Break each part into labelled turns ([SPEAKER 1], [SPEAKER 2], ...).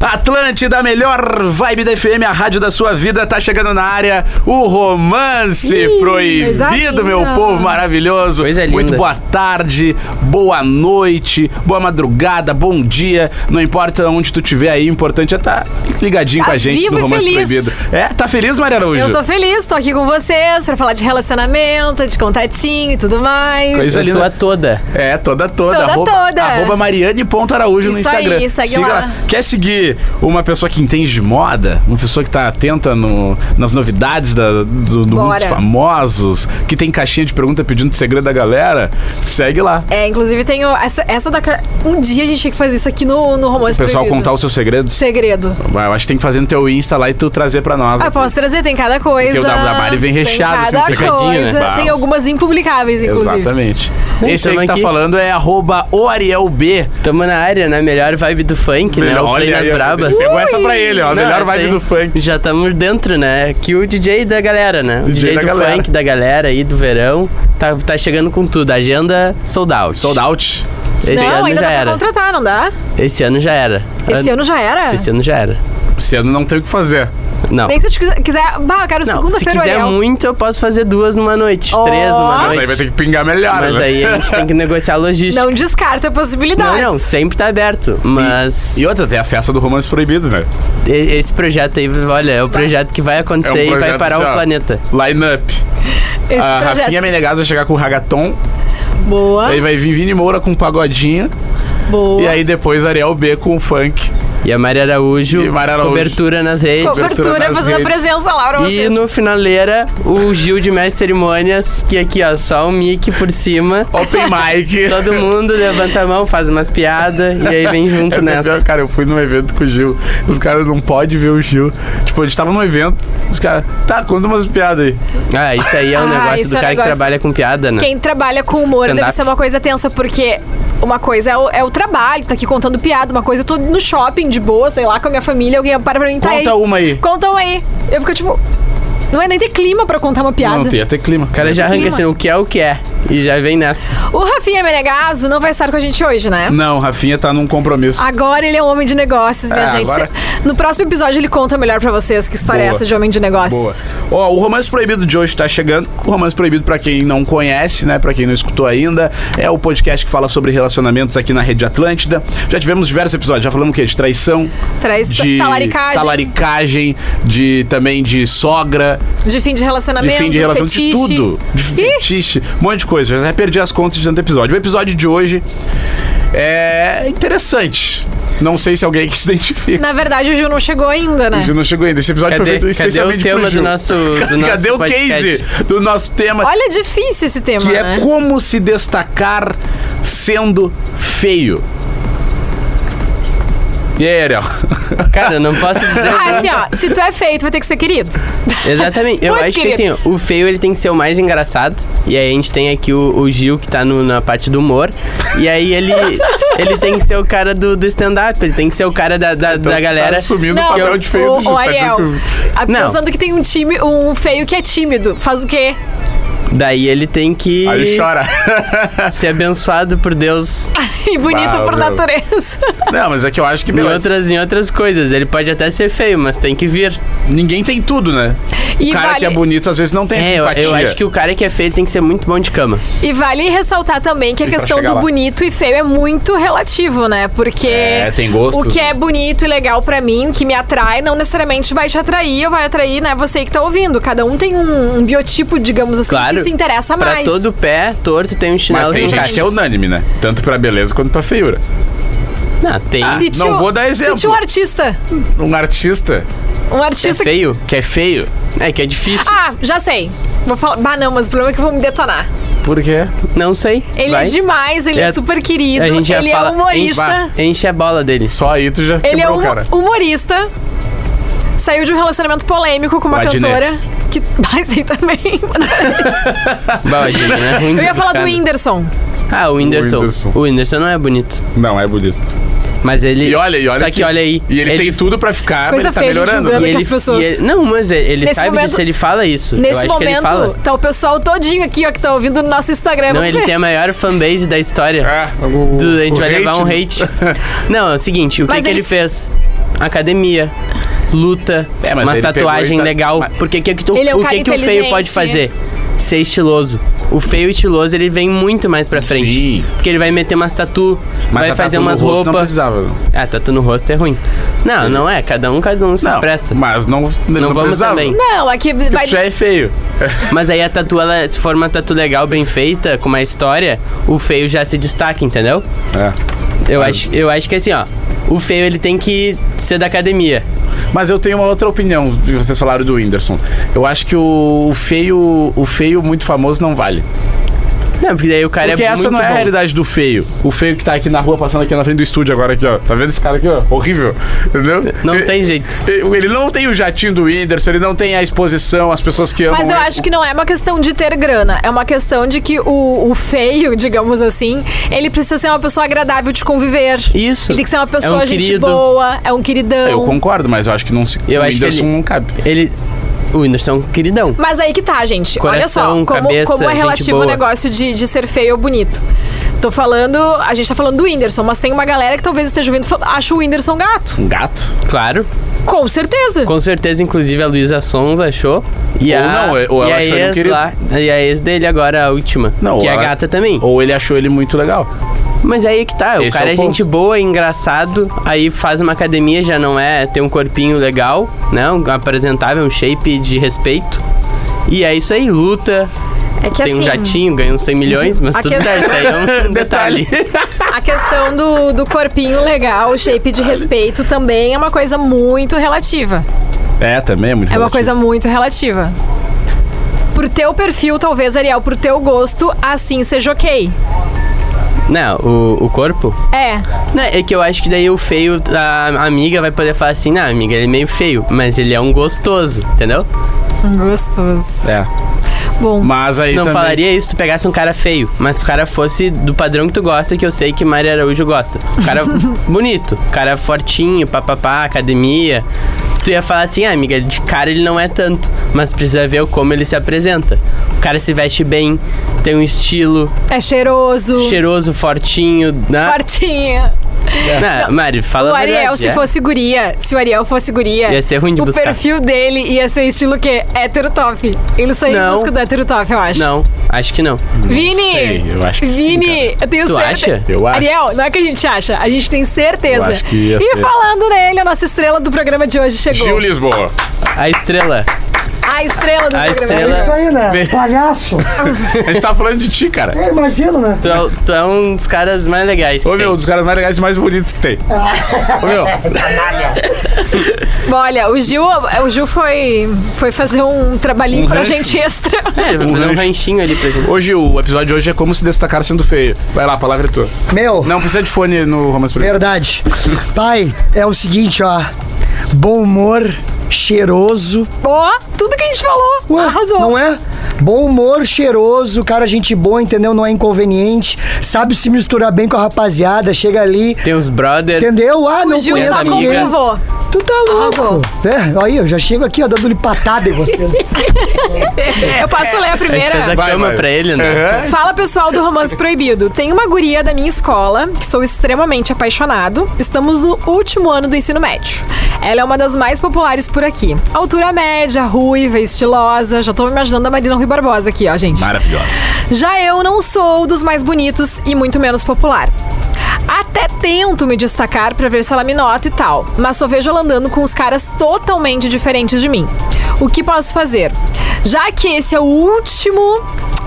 [SPEAKER 1] Atlântida, a melhor vibe da FM, a rádio da sua vida, tá chegando na área o romance proibido,
[SPEAKER 2] linda.
[SPEAKER 1] meu povo maravilhoso.
[SPEAKER 3] Coisa linda.
[SPEAKER 1] Muito boa tarde, boa noite, boa madrugada, bom dia. Não importa onde tu estiver aí, o importante é estar ligadinho
[SPEAKER 2] Tá
[SPEAKER 1] com a gente
[SPEAKER 2] vivo
[SPEAKER 1] no
[SPEAKER 2] e
[SPEAKER 1] romance
[SPEAKER 2] feliz.
[SPEAKER 1] proibido. É, tá feliz, Maria Araújo?
[SPEAKER 2] Eu tô feliz, tô aqui com vocês pra falar de relacionamento, de contatinho e tudo mais.
[SPEAKER 1] Coisa
[SPEAKER 3] Eu
[SPEAKER 1] linda.
[SPEAKER 3] tô a toda.
[SPEAKER 1] É, toda, toda.
[SPEAKER 2] Toda,
[SPEAKER 1] arroba,
[SPEAKER 2] toda.
[SPEAKER 1] Arroba Mariane.araújo no
[SPEAKER 2] Isso aí,
[SPEAKER 1] Instagram.
[SPEAKER 2] segue
[SPEAKER 1] Siga
[SPEAKER 2] lá.
[SPEAKER 1] Quer seguir uma pessoa que entende de moda? Uma pessoa que tá atenta no- nas novidades da- do, do mundo
[SPEAKER 2] Bora.
[SPEAKER 1] dos famosos? Que tem caixinha de pergunta pedindo segredo da galera? Segue lá.
[SPEAKER 2] É, inclusive tenho essa, essa da ca- Um dia a gente tinha que fazer isso aqui no, no Romance
[SPEAKER 1] O pessoal
[SPEAKER 2] Proibido.
[SPEAKER 1] contar os seus segredos.
[SPEAKER 2] Segredo.
[SPEAKER 1] Vai, Eu acho que tem que fazer no teu Insta lá e tu trazer pra nós.
[SPEAKER 2] Ah, eu
[SPEAKER 1] aqui.
[SPEAKER 2] posso trazer, tem cada coisa.
[SPEAKER 1] Porque o da- da Mari vem recheado, assim,
[SPEAKER 2] tem
[SPEAKER 1] um
[SPEAKER 2] cada
[SPEAKER 1] segredinho, né?
[SPEAKER 2] coisa. Tem
[SPEAKER 1] Bah,
[SPEAKER 2] algumas impublicáveis, inclusive.
[SPEAKER 1] Exatamente.
[SPEAKER 3] Bem,
[SPEAKER 1] Esse aí
[SPEAKER 3] tamo
[SPEAKER 1] que tá
[SPEAKER 3] aqui.
[SPEAKER 1] falando é arroba o Ariel B.
[SPEAKER 3] Tamo na área, né? Melhor vibe do funk, né? O Play nas
[SPEAKER 1] aí,
[SPEAKER 3] Brabas.
[SPEAKER 1] Pegou essa pra ele, ó. a
[SPEAKER 3] Não,
[SPEAKER 1] melhor
[SPEAKER 3] essa
[SPEAKER 1] vibe
[SPEAKER 3] aí
[SPEAKER 1] do funk.
[SPEAKER 3] Já estamos dentro, né? Que o DJ da galera, né? O
[SPEAKER 1] DJ
[SPEAKER 3] DJ,
[SPEAKER 1] da
[SPEAKER 3] do
[SPEAKER 1] galera.
[SPEAKER 3] funk, da galera aí, do verão. Tá, tá chegando com tudo. Agenda sold out.
[SPEAKER 1] Sold out.
[SPEAKER 3] Esse
[SPEAKER 2] não,
[SPEAKER 3] ano já
[SPEAKER 2] ainda dá pra
[SPEAKER 3] era.
[SPEAKER 2] contratar, não dá?
[SPEAKER 3] Esse ano já era.
[SPEAKER 2] Esse
[SPEAKER 3] An-
[SPEAKER 2] ano já era?
[SPEAKER 3] Esse ano já era.
[SPEAKER 1] Esse ano não tem o que fazer.
[SPEAKER 3] Não.
[SPEAKER 2] Nem se tu quiser. quiser bah, eu
[SPEAKER 3] Não,
[SPEAKER 2] quero
[SPEAKER 3] se
[SPEAKER 2] segunda-feira o
[SPEAKER 3] quiser
[SPEAKER 2] Ariel.
[SPEAKER 3] muito, eu posso fazer duas numa noite,
[SPEAKER 2] Ó.
[SPEAKER 3] três numa
[SPEAKER 2] Mas
[SPEAKER 1] Mas
[SPEAKER 3] noite.
[SPEAKER 1] aí vai ter que pingar melhor,
[SPEAKER 3] Mas
[SPEAKER 1] né?
[SPEAKER 3] aí é a gente tem que negociar a logística.
[SPEAKER 2] Não descarta possibilidades.
[SPEAKER 3] não, não, sempre tá aberto. Mas
[SPEAKER 1] E outra, tem a festa do romance proibido, né?
[SPEAKER 3] e- esse projeto aí, olha,
[SPEAKER 2] Tá.
[SPEAKER 3] é o projeto que vai acontecer e vai
[SPEAKER 1] projeto,
[SPEAKER 3] parar
[SPEAKER 1] assim, ó,
[SPEAKER 3] o planeta.
[SPEAKER 1] Line up.
[SPEAKER 2] Esse
[SPEAKER 1] a
[SPEAKER 2] projeto.
[SPEAKER 1] Rafinha Menegas vai chegar com o Ragaton,
[SPEAKER 2] Boa,
[SPEAKER 1] aí vai vir Vini Moura com o Pagodinho,
[SPEAKER 2] boa.
[SPEAKER 1] e aí depois Ariel B com o Funk.
[SPEAKER 3] E a Maria Araújo,
[SPEAKER 1] E Maria Araújo.
[SPEAKER 3] cobertura nas redes.
[SPEAKER 1] Cobertura
[SPEAKER 2] Cobertura
[SPEAKER 1] nas
[SPEAKER 2] fazendo a
[SPEAKER 1] redes.
[SPEAKER 2] presença lá pra
[SPEAKER 3] E
[SPEAKER 2] vocês.
[SPEAKER 3] no finaleira, o Gil de Mestre Cerimônias, que aqui, ó, só o Mickey por cima.
[SPEAKER 1] Open Mic.
[SPEAKER 3] Todo mundo levanta a mão, faz umas piadas e aí vem junto
[SPEAKER 1] Essa é a pior,
[SPEAKER 3] nessa.
[SPEAKER 1] cara, eu fui num evento com o Gil. Os caras não podem ver o Gil. Tipo, a gente tava num evento, os caras, tá, conta umas piadas aí.
[SPEAKER 3] Ah, isso aí é o
[SPEAKER 2] Ah,
[SPEAKER 3] negócio
[SPEAKER 2] isso
[SPEAKER 3] do
[SPEAKER 2] é
[SPEAKER 3] cara
[SPEAKER 2] negócio-
[SPEAKER 3] que trabalha com piada, né?
[SPEAKER 2] Quem trabalha com humor
[SPEAKER 3] Stand-up.
[SPEAKER 2] deve ser uma coisa tensa, porque uma coisa é o, é o trabalho, tá aqui contando piada, uma coisa eu tô no shopping de boa, sei lá, com a minha família, alguém para pra mim, tá
[SPEAKER 1] Conta
[SPEAKER 2] aí.
[SPEAKER 1] uma aí.
[SPEAKER 2] Conta um aí. Eu fico tipo. Não é nem ter clima pra contar uma piada.
[SPEAKER 1] Não, tem até clima.
[SPEAKER 3] O cara já arranca
[SPEAKER 2] clima.
[SPEAKER 3] assim, o que é o que é. E já vem nessa.
[SPEAKER 2] O Rafinha Menegaso não vai estar com a gente hoje, né?
[SPEAKER 1] Não, Rafinha tá num compromisso.
[SPEAKER 2] Agora ele é um homem de negócios, minha
[SPEAKER 1] É,
[SPEAKER 2] gente.
[SPEAKER 1] agora-
[SPEAKER 2] Cê- No próximo episódio ele conta melhor pra vocês que história
[SPEAKER 1] Boa.
[SPEAKER 2] é essa de homem de negócios.
[SPEAKER 1] Boa. Ó, o Romance Proibido de hoje tá chegando. O Romance Proibido, pra quem não conhece, né? Pra quem não escutou ainda, é o podcast que fala sobre relacionamentos aqui na Rede Atlântida. Já tivemos diversos episódios. Já falamos o quê? De traição,
[SPEAKER 2] Traz
[SPEAKER 1] de
[SPEAKER 2] talaricagem,
[SPEAKER 1] talaricagem, de também de sogra,
[SPEAKER 2] de fim de
[SPEAKER 1] de
[SPEAKER 2] relacionamento,
[SPEAKER 1] fim de relação, de
[SPEAKER 2] fetiche.
[SPEAKER 1] tudo. De fetiche, um monte de coisa. Já até perdi as contas de tanto episódio. O episódio de hoje é interessante. Não sei se alguém que se identifica.
[SPEAKER 2] Na verdade, o Gil não chegou ainda, né?
[SPEAKER 1] O Gil não chegou ainda. Esse episódio foi
[SPEAKER 3] Cadê,
[SPEAKER 1] feito
[SPEAKER 3] cadê o
[SPEAKER 1] especialmente pro
[SPEAKER 3] tema
[SPEAKER 1] Gil.
[SPEAKER 3] do nosso, do nosso
[SPEAKER 1] Cadê o
[SPEAKER 3] podcast?
[SPEAKER 1] case do nosso tema?
[SPEAKER 2] Olha, é difícil esse tema,
[SPEAKER 1] que
[SPEAKER 2] né?
[SPEAKER 1] é como se destacar sendo feio. E aí, Ariel?
[SPEAKER 3] Cara, eu não posso dizer.
[SPEAKER 2] Ah,
[SPEAKER 1] Né?
[SPEAKER 2] assim, ó, se tu é feio, tu vai ter que ser querido.
[SPEAKER 3] Exatamente. Eu
[SPEAKER 2] Muito
[SPEAKER 3] acho que
[SPEAKER 2] querido.
[SPEAKER 3] assim, o feio ele tem que ser o mais engraçado. E aí a gente tem aqui o, o Gil, que tá no- na parte do humor. E aí ele, ele tem que ser o cara do, do stand-up, ele tem que ser o cara da, da, da galera.
[SPEAKER 1] Tá assumindo o papel de feio
[SPEAKER 2] o,
[SPEAKER 1] do Gil.
[SPEAKER 2] o
[SPEAKER 1] tá dizendo
[SPEAKER 2] Ariel,
[SPEAKER 1] que-
[SPEAKER 2] a-
[SPEAKER 3] Não.
[SPEAKER 2] pensando que tem um time, um feio que é tímido, faz o quê?
[SPEAKER 3] Daí ele tem que
[SPEAKER 1] Aí chora.
[SPEAKER 3] ser abençoado por Deus
[SPEAKER 2] E bonito
[SPEAKER 1] Bah,
[SPEAKER 2] por
[SPEAKER 1] meu.
[SPEAKER 2] natureza.
[SPEAKER 1] Não, mas é que eu acho que
[SPEAKER 3] em
[SPEAKER 1] meu,
[SPEAKER 3] outras, em outras coisas. Ele pode até ser feio, mas tem que vir.
[SPEAKER 1] ninguém tem tudo, né?
[SPEAKER 2] E
[SPEAKER 1] o cara
[SPEAKER 2] vale-
[SPEAKER 1] que é bonito às vezes não tem
[SPEAKER 3] É, eu,
[SPEAKER 1] simpatia.
[SPEAKER 3] eu acho que o cara que é feio tem que ser muito bom de cama.
[SPEAKER 2] E vale ressaltar também que a
[SPEAKER 1] E pra
[SPEAKER 2] questão
[SPEAKER 1] chegar
[SPEAKER 2] do
[SPEAKER 1] lá.
[SPEAKER 2] bonito e feio é muito relativo, né? Porque
[SPEAKER 1] É, tem gostos,
[SPEAKER 2] o que
[SPEAKER 1] né?
[SPEAKER 2] é bonito e legal pra mim, que me atrai, não necessariamente vai te atrair ou vai atrair, né, você que tá ouvindo. Cada um tem um, um biotipo, digamos assim,
[SPEAKER 3] Claro.
[SPEAKER 2] que se interessa
[SPEAKER 3] Pra
[SPEAKER 2] mais.
[SPEAKER 3] todo pé torto tem um chinelo
[SPEAKER 1] Mas tem
[SPEAKER 3] que
[SPEAKER 1] gente
[SPEAKER 3] encaixa.
[SPEAKER 1] que é unânime, né? Tanto pra beleza quanto pra feiura.
[SPEAKER 3] Não, Ah, tem.
[SPEAKER 2] Se
[SPEAKER 1] Ah, não
[SPEAKER 2] tio-
[SPEAKER 1] vou dar exemplo.
[SPEAKER 2] Se tinha um artista.
[SPEAKER 1] Um artista
[SPEAKER 2] Um
[SPEAKER 3] É
[SPEAKER 2] artista que.
[SPEAKER 3] feio?
[SPEAKER 1] que é feio,
[SPEAKER 3] É que é difícil.
[SPEAKER 2] Ah, já sei. Vou falar. Bah, não, mas o problema é que vão me detonar.
[SPEAKER 1] por quê?
[SPEAKER 3] Não sei.
[SPEAKER 2] Ele
[SPEAKER 3] Vai.
[SPEAKER 2] é demais, ele é,
[SPEAKER 3] É,
[SPEAKER 2] super querido,
[SPEAKER 3] A gente já
[SPEAKER 2] ele
[SPEAKER 3] fala,
[SPEAKER 2] é
[SPEAKER 3] Enche,
[SPEAKER 2] humorista.
[SPEAKER 3] vai, enche a bola dele.
[SPEAKER 1] Só aí tu já
[SPEAKER 2] Ele é
[SPEAKER 1] quebrou,
[SPEAKER 2] um
[SPEAKER 1] cara.
[SPEAKER 2] humorista. Saiu de um relacionamento polêmego com uma
[SPEAKER 1] Adnet.
[SPEAKER 2] cantora. Que vai aí também.
[SPEAKER 3] Baldinho, né?
[SPEAKER 2] Eu ia falar do Whindersson.
[SPEAKER 3] Ah, o Whindersson. O
[SPEAKER 4] Whindersson.
[SPEAKER 3] Whindersson, não é bonito.
[SPEAKER 4] Não, é bonito.
[SPEAKER 3] Mas ele.
[SPEAKER 1] E olha, e olha
[SPEAKER 3] Só que,
[SPEAKER 1] que-
[SPEAKER 3] olha aí.
[SPEAKER 1] E ele, tem tudo pra ficar, mas
[SPEAKER 2] Coisa
[SPEAKER 1] ele tá
[SPEAKER 2] feia, gente,
[SPEAKER 1] melhorando.
[SPEAKER 2] julgando.
[SPEAKER 3] e
[SPEAKER 2] que
[SPEAKER 3] ele-
[SPEAKER 2] as pessoas-
[SPEAKER 3] e ele- não, mas ele, ele
[SPEAKER 2] Nesse
[SPEAKER 3] sabe
[SPEAKER 2] momento-
[SPEAKER 3] disso, ele fala isso. Eu
[SPEAKER 2] Nesse
[SPEAKER 3] acho que ele fala.
[SPEAKER 2] momento, tá o pessoal todinho aqui, ó, que tá ouvindo no nosso Instagram.
[SPEAKER 3] Não,
[SPEAKER 2] Vamos
[SPEAKER 3] ele
[SPEAKER 2] ver.
[SPEAKER 3] tem a maior fanbase da história.
[SPEAKER 1] É, o-
[SPEAKER 3] Do- a gente
[SPEAKER 1] o
[SPEAKER 3] vai levar um hate. Não, é o seguinte, o que,
[SPEAKER 2] Mas
[SPEAKER 3] que ele
[SPEAKER 2] ele-
[SPEAKER 3] fez? Academia, luta,
[SPEAKER 1] É, mas
[SPEAKER 3] umas
[SPEAKER 1] ele pegou
[SPEAKER 3] tatuagem
[SPEAKER 1] e tá-
[SPEAKER 3] legal.
[SPEAKER 1] mas-
[SPEAKER 3] Porque que, que tu-
[SPEAKER 2] Ele é um
[SPEAKER 3] o
[SPEAKER 2] cara
[SPEAKER 3] que, que o feio
[SPEAKER 2] inteligente.
[SPEAKER 3] pode fazer? Ser estiloso. O feio e estiloso, ele vem muito mais pra frente.
[SPEAKER 1] Sim.
[SPEAKER 3] Porque ele vai meter umas tatu,
[SPEAKER 1] Mas
[SPEAKER 3] vai
[SPEAKER 1] a
[SPEAKER 3] fazer
[SPEAKER 1] tatu no
[SPEAKER 3] umas
[SPEAKER 1] rosto Não
[SPEAKER 3] roupas.
[SPEAKER 1] precisava.
[SPEAKER 3] Ah, tatu no rosto é ruim. Não, não é. Cada um, cada um se expressa.
[SPEAKER 1] Não, mas não, não,
[SPEAKER 3] vamos
[SPEAKER 1] precisava.
[SPEAKER 3] também.
[SPEAKER 2] Não, aqui
[SPEAKER 3] Tipo,
[SPEAKER 2] vai.
[SPEAKER 1] Já é feio.
[SPEAKER 3] Mas aí a tatu, ela, se for uma tatu legal, bem feita, com uma história, o feio já se destaca, entendeu?
[SPEAKER 4] É.
[SPEAKER 3] Eu, acho, eu acho que assim, ó. O feio ele tem que ser da academia.
[SPEAKER 1] Mas eu tenho uma outra opinião, e vocês falaram do Whindersson. Eu acho que o o feio, o feio muito famoso não vale.
[SPEAKER 3] Não, porque daí o cara
[SPEAKER 1] Porque
[SPEAKER 3] é
[SPEAKER 1] essa
[SPEAKER 3] muito
[SPEAKER 1] não é a
[SPEAKER 3] bom.
[SPEAKER 1] realidade do feio. O feio que tá aqui na rua, passando aqui na frente do estúdio agora, aqui, ó. Tá vendo esse cara aqui, ó? Horrível. Entendeu?
[SPEAKER 3] Não
[SPEAKER 1] E-
[SPEAKER 3] tem jeito.
[SPEAKER 1] e- Ele não tem o jatinho do Whindersson, ele não tem a exposição, as pessoas que amam
[SPEAKER 2] Mas eu
[SPEAKER 1] ele.
[SPEAKER 2] acho que não é uma questão de ter grana. É uma questão de que o, o feio, digamos assim, ele precisa ser uma pessoa agradável de conviver.
[SPEAKER 3] Isso.
[SPEAKER 2] Ele tem que ser uma pessoa
[SPEAKER 3] é um
[SPEAKER 2] gente
[SPEAKER 3] querido.
[SPEAKER 2] boa, é um queridão.
[SPEAKER 1] Eu concordo, mas eu acho que não se.
[SPEAKER 3] Eu
[SPEAKER 1] o
[SPEAKER 3] acho que
[SPEAKER 1] Whindersson
[SPEAKER 3] ele-
[SPEAKER 1] não cabe.
[SPEAKER 3] Ele. O Whindersson é um queridão.
[SPEAKER 2] Mas aí que tá, gente.
[SPEAKER 3] Coração,
[SPEAKER 2] Olha só, como,
[SPEAKER 3] cabeça,
[SPEAKER 2] como é
[SPEAKER 3] gente
[SPEAKER 2] relativo
[SPEAKER 3] boa.
[SPEAKER 2] o negócio de, de ser feio ou bonito. Tô falando, a gente tá falando do Whindersson, mas tem uma galera que talvez esteja ouvindo e fala- acha o Whindersson gato.
[SPEAKER 1] Um gato?
[SPEAKER 3] Claro.
[SPEAKER 2] Com certeza.
[SPEAKER 3] Com certeza, inclusive, a Luísa Sons achou. E
[SPEAKER 1] Ou
[SPEAKER 3] a,
[SPEAKER 1] não, ou
[SPEAKER 3] e
[SPEAKER 1] ela
[SPEAKER 3] a
[SPEAKER 1] achou ele um
[SPEAKER 3] ex
[SPEAKER 1] querido.
[SPEAKER 3] lá. E a ex dele agora, a última.
[SPEAKER 1] Não,
[SPEAKER 3] que é
[SPEAKER 1] ela-
[SPEAKER 3] gata também.
[SPEAKER 1] Ou ele achou ele muito legal.
[SPEAKER 3] Mas aí que tá, o
[SPEAKER 1] Esse
[SPEAKER 3] cara
[SPEAKER 1] é
[SPEAKER 3] é,
[SPEAKER 1] o
[SPEAKER 3] gente boa, é engraçado, aí faz uma academia, já não é, tem um corpinho legal, né? Um apresentável, um shape de respeito. E é isso aí, luta.
[SPEAKER 2] É que
[SPEAKER 3] tem um
[SPEAKER 2] assim-
[SPEAKER 3] jatinho, ganha uns 100 milhões, mas
[SPEAKER 2] A
[SPEAKER 3] tudo
[SPEAKER 2] questão-
[SPEAKER 3] certo, isso aí é um detalhe.
[SPEAKER 2] A questão do, do corpinho legal, o shape de respeito também é uma coisa muito relativa.
[SPEAKER 1] É, também é muito
[SPEAKER 2] É uma
[SPEAKER 1] relativo.
[SPEAKER 2] coisa muito relativa. Pro teu perfil, talvez, Ariel, pro teu gosto, assim seja ok.
[SPEAKER 3] não, Né, o, o corpo?
[SPEAKER 2] É.
[SPEAKER 3] Não, é que eu acho que daí o feio, a amiga vai poder falar assim, não, amiga, ele é meio feio, mas ele é um gostoso, entendeu?
[SPEAKER 2] Gostoso.
[SPEAKER 1] É.
[SPEAKER 2] Bom,
[SPEAKER 1] Mas aí
[SPEAKER 3] não
[SPEAKER 1] também.
[SPEAKER 3] falaria isso se tu pegasse um cara feio, mas que o cara fosse do padrão que tu gosta, que eu sei que Mari Araújo gosta. Um cara bonito, um cara fortinho, papapá, academia. Tu ia falar assim, ah, amiga, de cara ele não é tanto, mas precisa ver como ele se apresenta. O cara se veste bem, tem um estilo
[SPEAKER 2] é cheiroso,
[SPEAKER 3] cheiroso, fortinho, né?
[SPEAKER 2] fortinha.
[SPEAKER 3] Não, Mari, fala
[SPEAKER 2] O
[SPEAKER 3] a
[SPEAKER 2] Ariel,
[SPEAKER 3] verdade,
[SPEAKER 2] se
[SPEAKER 3] é.
[SPEAKER 2] fosse guria, se o Ariel fosse guria,
[SPEAKER 3] Ia ser ruim de
[SPEAKER 2] o
[SPEAKER 3] buscar.
[SPEAKER 2] perfil dele ia ser estilo o quê? Hétero top. Ele saiu em
[SPEAKER 3] Não.
[SPEAKER 2] busca do hétero top, eu acho.
[SPEAKER 3] Não, acho que não.
[SPEAKER 2] Vini!
[SPEAKER 1] sei, eu acho que sim,
[SPEAKER 2] Vini, eu tenho
[SPEAKER 3] Tu
[SPEAKER 2] certeza.
[SPEAKER 3] acha?
[SPEAKER 1] Eu acho.
[SPEAKER 2] Ariel, não é que a gente acha, a gente tem certeza.
[SPEAKER 1] Eu acho que ia
[SPEAKER 2] e
[SPEAKER 1] ser.
[SPEAKER 2] falando nele, a nossa estrela do programa de hoje chegou.
[SPEAKER 1] Gil Lisboa.
[SPEAKER 3] A estrela.
[SPEAKER 2] A estrela do
[SPEAKER 3] A
[SPEAKER 2] programa
[SPEAKER 3] estrela.
[SPEAKER 2] de
[SPEAKER 5] Isso
[SPEAKER 2] hoje.
[SPEAKER 5] aí, né?
[SPEAKER 1] Vem.
[SPEAKER 5] Palhaço.
[SPEAKER 1] A gente tava falando de ti, cara.
[SPEAKER 5] É, imagina, né?
[SPEAKER 3] Tu é, o- tu é um dos caras mais legais. que
[SPEAKER 1] Ô, meu, um
[SPEAKER 3] tem.
[SPEAKER 1] dos caras mais legais e mais bonitos que tem. Ô, meu,
[SPEAKER 2] Bom, Olha, o Gil, o Gil foi, foi fazer um trabalhinho
[SPEAKER 1] Um
[SPEAKER 2] pra
[SPEAKER 1] rancho.
[SPEAKER 2] gente extra.
[SPEAKER 3] É, ele vai fazer um
[SPEAKER 1] lanche.
[SPEAKER 3] ranchinho ali pra gente.
[SPEAKER 1] hoje o episódio de hoje é como se destacar sendo feio. Vai lá, a palavra é tua.
[SPEAKER 5] Meu,
[SPEAKER 1] Não precisa de fone no Romance Proibido.
[SPEAKER 5] verdade. Pai, é o seguinte, ó. Bom humor, cheiroso.
[SPEAKER 2] Ó, tudo que a gente falou.
[SPEAKER 5] Ué,
[SPEAKER 2] arrasou.
[SPEAKER 5] Não é? Bom humor, cheiroso, cara, gente boa, entendeu? Não é inconveniente. Sabe se misturar bem com a rapaziada, chega ali.
[SPEAKER 3] Tem os brothers.
[SPEAKER 5] Entendeu? Ah, não
[SPEAKER 2] o Gil um
[SPEAKER 5] conheço
[SPEAKER 2] só
[SPEAKER 3] amiga.
[SPEAKER 5] ninguém.
[SPEAKER 2] comprovou.
[SPEAKER 5] Tu tá
[SPEAKER 2] Arrasou.
[SPEAKER 5] louco. É, aí, eu já chego aqui, ó, dando-lhe patada em vocês.
[SPEAKER 2] Eu posso ler a
[SPEAKER 3] A gente
[SPEAKER 2] primeira?
[SPEAKER 3] É fez a
[SPEAKER 1] Vai,
[SPEAKER 3] cama
[SPEAKER 1] vai.
[SPEAKER 3] pra ele, né?
[SPEAKER 2] Fala pessoal do Romance Proibido. Tem uma guria da minha escola que sou extremamente apaixonado. Estamos no último ano do ensino médio. Ela é uma das mais populares por aqui. Altura média, ruiva, estilosa. Já tô me imaginando a Marina Rui Barbosa aqui, ó, gente.
[SPEAKER 1] Maravilhosa.
[SPEAKER 2] Já eu não sou dos mais bonitos e muito menos popular. Até tento me destacar pra ver se ela me nota e tal, mas só vejo ela andando com os caras totalmente diferentes de mim. O que posso fazer? Já que esse é o último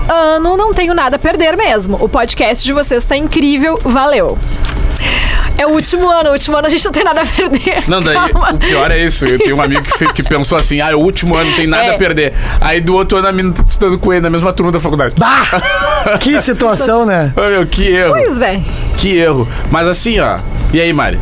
[SPEAKER 2] ano, não tenho nada a perder mesmo. O podcast de vocês tá incrível, valeu. É o último ano, o último ano a gente não tem nada a perder.
[SPEAKER 1] Não, daí
[SPEAKER 2] Calma.
[SPEAKER 1] o pior é isso. Eu tenho um amigo que, fe- que pensou assim: ah, é o último ano, não tem nada
[SPEAKER 2] É.
[SPEAKER 1] a perder. Aí do outro ano a menina tá estudando com ele na mesma turma da faculdade.
[SPEAKER 5] Bah! Que situação, né?
[SPEAKER 1] Ô, meu, que erro.
[SPEAKER 2] Pois, velho.
[SPEAKER 1] Que erro. Mas assim, ó. E aí, Mari?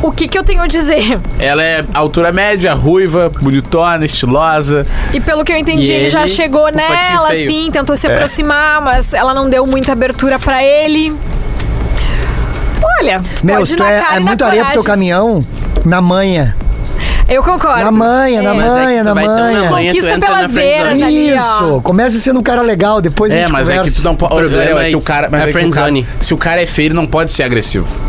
[SPEAKER 2] o que, que eu tenho a dizer?
[SPEAKER 1] Ela é altura média, ruiva, bonitona, estilosa.
[SPEAKER 2] E pelo que eu entendi,
[SPEAKER 3] E
[SPEAKER 2] ele, já
[SPEAKER 3] ele,
[SPEAKER 2] chegou
[SPEAKER 3] um patinho
[SPEAKER 2] nela,
[SPEAKER 3] feio. É.
[SPEAKER 2] assim, tentou se aproximar, mas ela não deu muita abertura pra ele. Olha,
[SPEAKER 5] Meu,
[SPEAKER 2] pode
[SPEAKER 5] se
[SPEAKER 2] ir
[SPEAKER 5] tu
[SPEAKER 2] na
[SPEAKER 5] é,
[SPEAKER 2] cara
[SPEAKER 5] é
[SPEAKER 2] e na
[SPEAKER 5] muito areia pro teu
[SPEAKER 2] coragem.
[SPEAKER 5] caminhão, na manha.
[SPEAKER 2] Eu concordo.
[SPEAKER 5] Na manha, na
[SPEAKER 2] É.
[SPEAKER 3] Mas
[SPEAKER 5] manha,
[SPEAKER 3] tu
[SPEAKER 5] na
[SPEAKER 3] vai tão
[SPEAKER 5] manha.
[SPEAKER 3] manha, tu
[SPEAKER 2] Conquista
[SPEAKER 3] entra
[SPEAKER 2] pelas
[SPEAKER 3] na friendzone.
[SPEAKER 2] beiras. ali, ó.
[SPEAKER 5] Isso, começa sendo um cara legal, depois a
[SPEAKER 1] É,
[SPEAKER 5] gente
[SPEAKER 1] mas é que
[SPEAKER 5] conversa.
[SPEAKER 1] tu não pode.
[SPEAKER 3] O problema
[SPEAKER 1] é que
[SPEAKER 3] é
[SPEAKER 1] o cara.
[SPEAKER 3] isso.
[SPEAKER 1] Mas
[SPEAKER 3] É
[SPEAKER 1] é que o
[SPEAKER 3] friendzone.
[SPEAKER 1] cara- se o cara é feio, ele não pode ser agressivo.